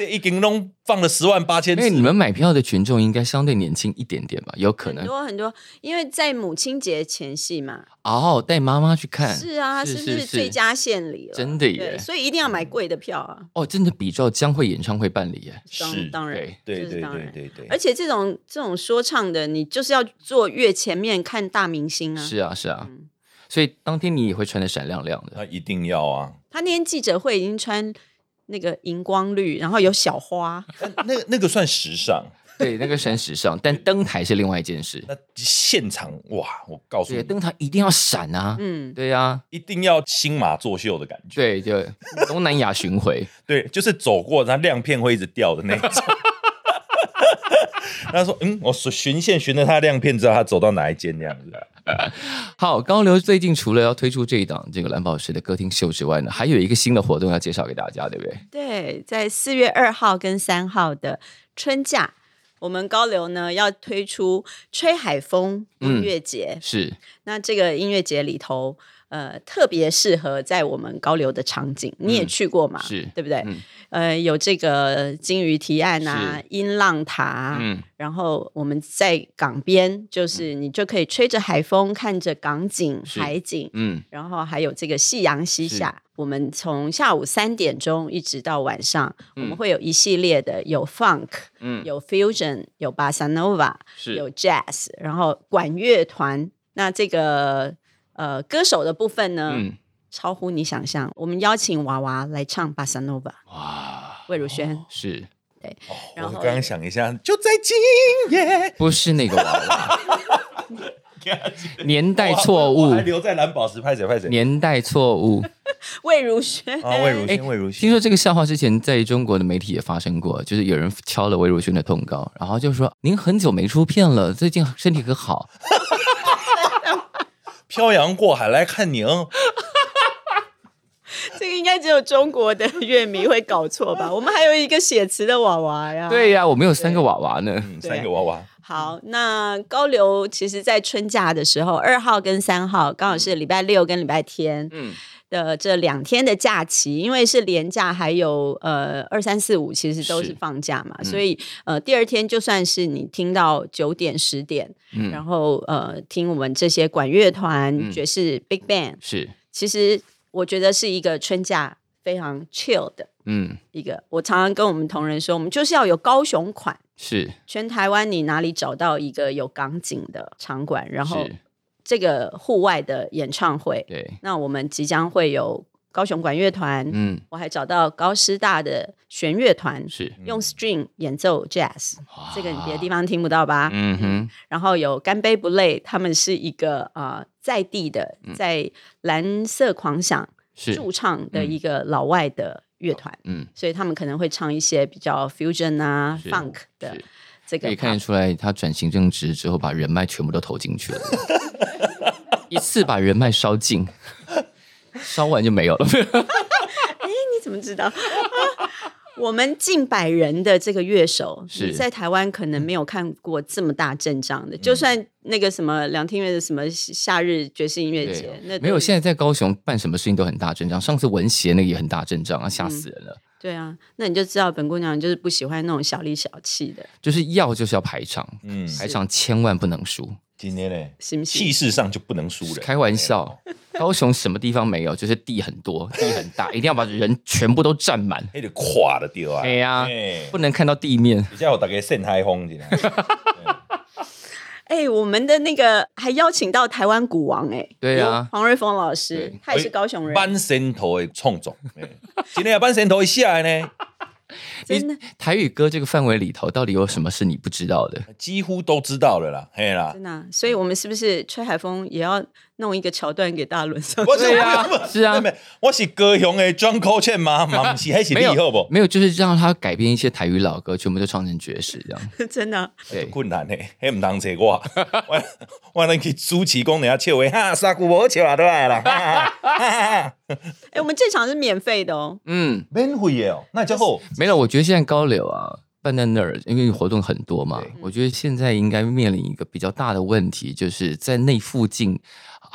S2: 这一斤拢放了十万八千
S3: 因哎为你
S2: 次，
S3: 们买票的群众应该相对年轻一点点吧，有可
S5: 很
S3: 能
S5: 多很多，因为在母亲节前夕嘛，
S3: 哦，带妈妈去看
S5: 是啊，
S3: 是
S5: 是不
S3: 是
S5: 是
S3: 是
S5: 最佳献礼了？
S3: 真的耶
S5: 对所以一定要买贵的票啊！
S3: 哦，真的比照将会演唱会办理耶，
S2: 是
S5: 当，当然
S3: 对，
S2: 对
S5: 这是
S2: 对
S5: 当
S2: 对
S5: 然。
S2: 对对，
S5: 而且这种这种说唱的，你就是要坐越前面看大明星啊。
S3: 是啊是啊
S5: 嗯，
S3: 所以当天你也会穿的闪亮亮的
S2: 那一定要啊，
S5: 他那天记者会已经穿那个荧光绿，然后有小 花，
S2: 那个那个算时尚，
S3: 对，那个闪时尚，但登台是另外一件事。
S2: 那现场哇，我告诉
S3: 对，
S2: 你，
S3: 登台一定要闪啊！
S5: 嗯，
S3: 对啊，
S2: 一定要新马作秀的感觉，
S3: 对对，东南亚巡回，
S2: 对，就是走过它亮片会一直掉的那一种。 他说：“嗯，我循线循着他亮片，知道他走到哪一间那样子、
S3: 好，高流最近除了要推出这一档这个蓝宝石的歌厅秀之外呢，还有一个新的活动要介绍给大家，对不对？
S5: 对，在四月二号跟三号的春假，我们高流呢要推出吹海风音乐节。
S3: 是
S5: 那这个音乐节里头，呃，特别适合在我们高流的场景，你也
S3: 嗯
S5: 去过嘛？
S3: 是
S5: 对不对？
S3: 嗯
S5: 呃，有这个金鱼提案啊，音浪塔啊、
S3: 嗯，
S5: 然后我们在港边，就是你就可以吹着海风，看着港景、
S3: 是
S5: 海景，
S3: 嗯，
S5: 然后还有这个夕阳西下，我们从下午三点钟一直到晚上，
S3: 嗯
S5: 我们会有一系列的有 funk、
S3: 嗯
S5: 有 fusion、有 bossa nova、有
S3: 是嗯
S5: jazz，然后管乐团。那这个呃歌手的部分呢，
S3: 嗯，
S5: 超乎你想象，我们邀请娃娃来唱 bossa nova，
S3: 哇，
S5: 魏如萱。
S3: 是
S2: 哦
S5: 然
S2: 我
S5: 后
S2: 刚刚想一下，就在今 夜，
S3: 不是那个娃娃？ 年代错误
S2: 我，还留在蓝宝石拍谁拍谁。
S3: 年代错误。
S5: 魏如萱，
S2: 啊，魏如
S3: 哎
S2: 萱，魏如
S3: 听
S2: 萱，
S3: 说这个笑话之前在中国的媒体也发生过，就是有人敲了魏如萱的通告，然后就说您很久没出片了，最近身体可好？
S2: 漂洋过海来看哦您，
S5: 这个应该只有中国的乐迷会搞错吧？我们还有一个写词的娃娃呀。
S3: 对呀、我们有三个娃娃呢。
S2: 嗯，三个娃娃，
S5: 好，那高流其实，在春假的时候，二号跟三号刚好是礼拜六跟礼拜天
S3: 嗯，
S5: 的这两天的假期，因为是连假，还有呃二三四五其实都
S3: 是
S5: 是放假嘛，
S3: 嗯
S5: 所以呃第二天就算是你听到九点十点，
S3: 嗯
S5: 然后呃听我们这些管乐团、
S3: 嗯
S5: 爵士 Big Band，
S3: 是，
S5: 其实我觉得是一个春假非常 chill 的
S3: 嗯，
S5: 一个。我常常跟我们同仁说，我们就是要有高雄款。
S3: 是，
S5: 全台湾你哪里找到一个有港景的场馆，然后
S3: 是，
S5: 这个户外的演唱会？
S3: 对，
S5: 那我们即将会有高雄管乐团，
S3: 嗯，
S5: 我还找到高师大的弦乐团，
S3: 是，嗯
S5: 用 string 演奏 jazz，、这个你别的地方听不到吧？
S3: 嗯哼，
S5: 然后有干杯不累，他们是一个呃在地的，在蓝色狂想
S3: 嗯是，
S5: 驻唱的一个老外的乐团，
S3: 嗯，
S5: 所以他们可能会唱一些比较 fusion 啊
S3: 是
S5: funk 的
S3: 是
S5: 这
S3: 可
S5: 个
S3: 以看得出来，他转型正直之后，把人脉全部都投进去了。一次把人脉烧尽，烧完就没有了。
S5: 你怎么知道？ 我们近百人的这个乐手，
S3: 是嗯
S5: 你在台湾可能没有看过这么大阵仗的。就算那个什么梁天乐的什么夏日爵士音乐节，那
S3: 对，啊没有。现
S5: 在
S3: 在在高雄办什么事情都很大阵仗，上次文协那个也很大阵仗啊，吓死人了。
S5: 对啊，那你就知道本姑娘就是不喜欢那种小里小气的，
S3: 就是要就是要排场，
S2: 嗯，
S3: 排场千万不能输。
S2: 今天嘞，
S5: 信不
S2: 气
S5: 信？
S2: 势上就不能输人。
S3: 开玩笑，高雄什么地方没有？就是地很 多，地很大，一定要把人全部都占满，
S2: 哎那就垮了掉啊！
S3: 哎呀
S2: 哎
S3: 不能看到地面。
S2: 比较有大家盛开风进来。
S5: 哎、我们的那个还邀请到台湾鼓王哎、
S3: 对啊
S5: 有黄瑞峰老师
S3: 对，哎
S5: 他也是高雄人，
S2: 班神头的创总，哎今天班神头一下呢，
S5: 真的
S3: 台语歌这个范围里头，到底有什么是你不知道的？
S2: 几乎都知道了啦，嘿啦
S5: 真。的啊、所以我们是不是吹海风也要弄一个桥段给大伦上？
S2: 我是
S3: 啊，是啊，
S2: 我是高雄的 John c o c h a n 吗？ 嘛不是，还是
S3: 没
S2: 你好
S3: 有
S2: 不？
S3: 没有，就是让他改编一些台语老歌，全部都唱成爵士这样。
S5: 真的啊、
S3: 对，
S2: 困难的，迄唔通找 我，我我能去主持讲人家笑话，哈，三句无笑啊，对啦，哈 哈哈哈，
S5: 哎、我们这场是免费的哦。
S3: 嗯，
S2: 免费的哦，那就好，
S3: 没有，我觉得现在高流啊办在那儿，因为活动很多嘛
S2: 对，
S3: 我觉得现在应该面临一个比较大的问题，就是在那附近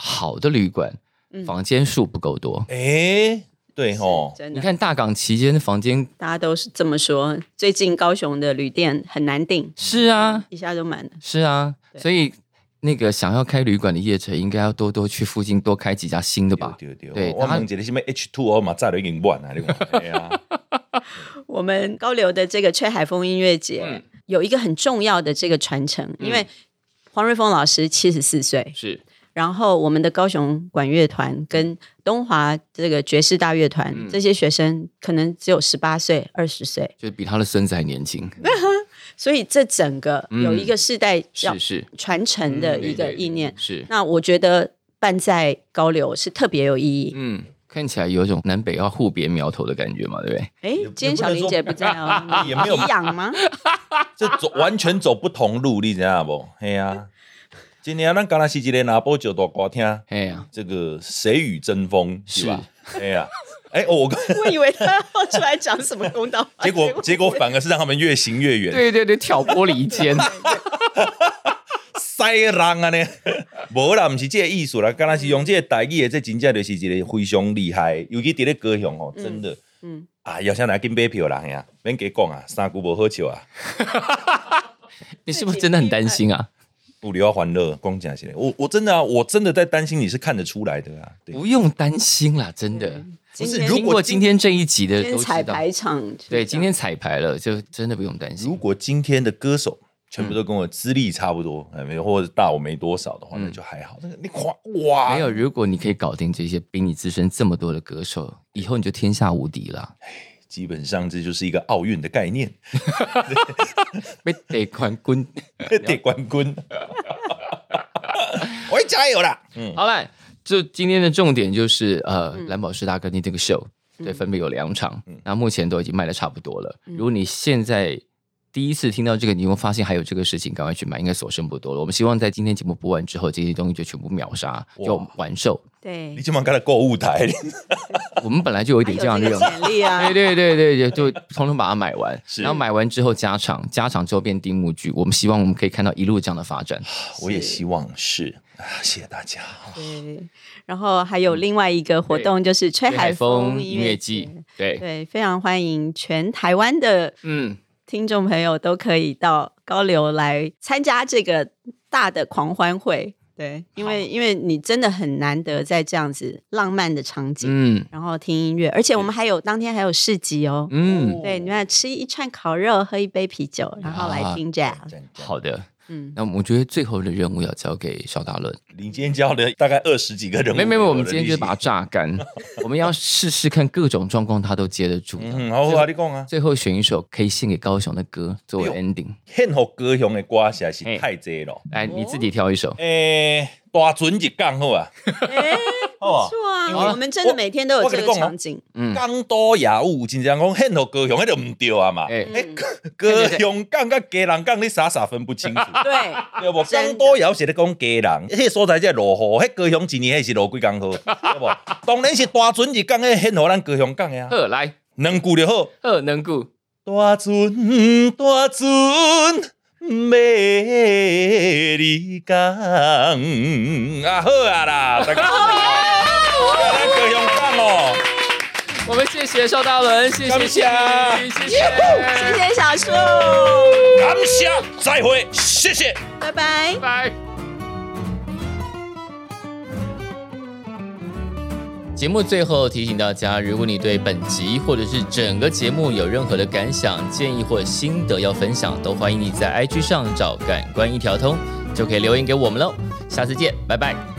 S3: 好的旅馆
S5: 嗯
S3: 房间数不够多。
S2: 诶，对吼，
S5: 真
S3: 你
S5: 的，
S3: 看大港期间的房间
S5: 大家都是这么说。最近高雄的旅店很难订，
S3: 是啊
S5: 一下就满了。
S3: 是啊，
S5: 对
S3: 所以那个想要开旅馆的业者应该要多多去附近多开几家新的吧。
S2: 对对
S3: 啊对
S2: 对，我
S3: 他
S2: 问一个什么 H two O 嘛，早就已经满啊，你 讲，哎呀，
S5: 我们高流的这个吹海风音乐节、
S3: 嗯
S5: 有一个很重要的这个传承，因为黄瑞峰老师七十四岁，
S3: 是
S5: 然后我们的高雄管乐团跟东华这个爵士大乐团、
S3: 嗯
S5: 这些学生可能只有十八岁、二十岁，
S3: 就是比他的孙子还年 轻，
S5: 所以这整个
S3: 嗯
S5: 有一个世代要
S3: 是嗯是
S5: 传承的一个意念。
S3: 是，
S5: 那我觉得办在高流是特别有意义。
S3: 嗯，看起来有一种南北要互别苗头的感觉嘛，对不对？
S5: 哎，
S2: 也
S5: 今天小林姐不在哦，
S2: 也不能说也没有
S5: 你痒吗？
S2: 这走完全走不同路，你知道不？嘿呀，今年咱刚才是一个拿波九大歌听，
S3: 哎呀，
S2: 这个谁与争锋
S3: 是
S2: 是吧？哎呀，哎我 跟。
S5: 我以为他要出来讲什么公道话，
S2: 结果结果反而是让他们越行越远，
S3: 对对对，挑拨离间。
S2: 塞人啊呢， 无啦，毋是这个意思啦，敢若是用这个台语的，这真正就是一个非常厉害，尤其伫咧高雄吼，真的，
S5: 嗯
S2: 嗯，啊，要先来跟买票啦，哎呀，免加讲啊，三句无好笑啊，
S3: 你是不是真的很担心啊？
S2: 不留欢乐，讲真实的，我我真的啊，我真的在担心你是看得出来的啊，对，
S3: 不用担心啦，真的。
S5: 嗯今
S2: 是
S5: 天
S2: 如
S3: 经过今天这一集的
S5: 今天
S3: 都
S5: 彩
S3: 知道，
S5: 排场，
S3: 对，今天彩排了，就真的不用担
S2: 如
S3: 心。
S2: 果今天的歌手全
S3: 嗯
S2: 部都跟我资历差不多，哎，没有或者大我没多少的话，那就还好，那个你夸哇，
S3: 嗯没有，如果你可以搞定这些比你资深这么多的歌手，以后你就天下无敌 了。
S2: 基本上这就是一个奥运的概 念，
S3: 被得冠军。
S2: 得冠 军，我会加油啦！嗯，
S3: 好了，就今天的重点就是呃，
S5: 嗯
S3: 蓝宝石大哥你这个 show，对，分别有两场，
S2: 嗯
S3: 那目前都已经卖的差不多了。
S5: 嗯
S3: 如果你现在第一次听到这个，你有没有发现还有这个事情，赶快去买，应该所剩不多了。我们希望在今天节目播完之后，这些东西就全部秒杀，
S2: 哇
S3: 就完售。
S5: 对
S2: 你，今晚跟他购物 台，
S3: 我们本来就有一点这样
S5: 还
S3: 的愿
S5: 有这个
S3: 望。
S5: 潜力啊
S3: 对，对对对，就就通通把它买完，
S2: 是
S3: 然后买完之后加场，加场之后变定目剧。我们希望我们可以看到一路这样的发展。
S2: 我也希望是啊，谢谢大家。
S5: 对。然后还有另外一个活动就是吹海风音乐季，，
S3: 对，
S5: 对，非常欢迎全台湾的
S3: 嗯，
S5: 听众朋友都可以到高流来参加这个大的狂欢会。对，因为因为你真的很难得在这样子浪漫的场景，
S3: 嗯
S5: 然后听音乐，而且我们还有当天还有市集哦。
S3: 嗯，
S5: 对，你们吃一串烤肉，喝一杯啤酒，然后来 听 jazz。
S3: 好的。
S5: 嗯，
S3: 那我觉得最后的任务要交给小大伦。
S2: 你今天教的大概二十几个人物，
S3: 没没没，我们今天就是是把它榨 干，我们要试试看各种状况他都接得住的。
S2: 嗯，好好你讲啊，
S3: 最后选一首可以献给高雄的歌作为
S2: 哎
S3: ending，
S2: 献给歌雄的歌实在是太多了。哦
S3: 来你自己挑一首。
S2: 诶，大船一港好啊，
S5: 哎
S2: 哦，
S5: 是啊，
S2: 因为
S5: 我们真的每天都有
S2: 我
S5: 这
S2: 我
S5: 个
S2: 跟你讲哦
S5: 场景。
S3: 嗯，
S2: 港都雅有，真正讲很多高雄，那就唔对啊嘛。
S3: 哎
S5: 嗯
S2: 哎， 高雄港甲家人港，你傻傻分不清楚，
S5: 对，
S2: 对不？
S5: 真的
S2: 港都也有是咧讲家人，迄个所在才落雨，迄高雄一年迄是落几 工雨，对不？当然是大船是港，迄很互咱高雄港的啊，
S3: 二来
S2: 两句就好。
S3: 二能顾，
S2: 大船，大船，要离港啊！好啊啦，大家，要来高雄港哦。
S3: 我们谢谢邵大伦，谢谢
S2: 感谢
S3: 谢谢，谢
S5: 谢
S3: 谢，
S5: 谢小树，
S2: 感谢，再会，谢谢。
S5: 拜拜。
S3: 拜。节目最后提醒大家，如果你对本集或者是整个节目有任何的感想、建议或心得要分享，都欢迎你在 IG 上找“感官一条通”，就可以留言给我们喽。下次见，拜拜。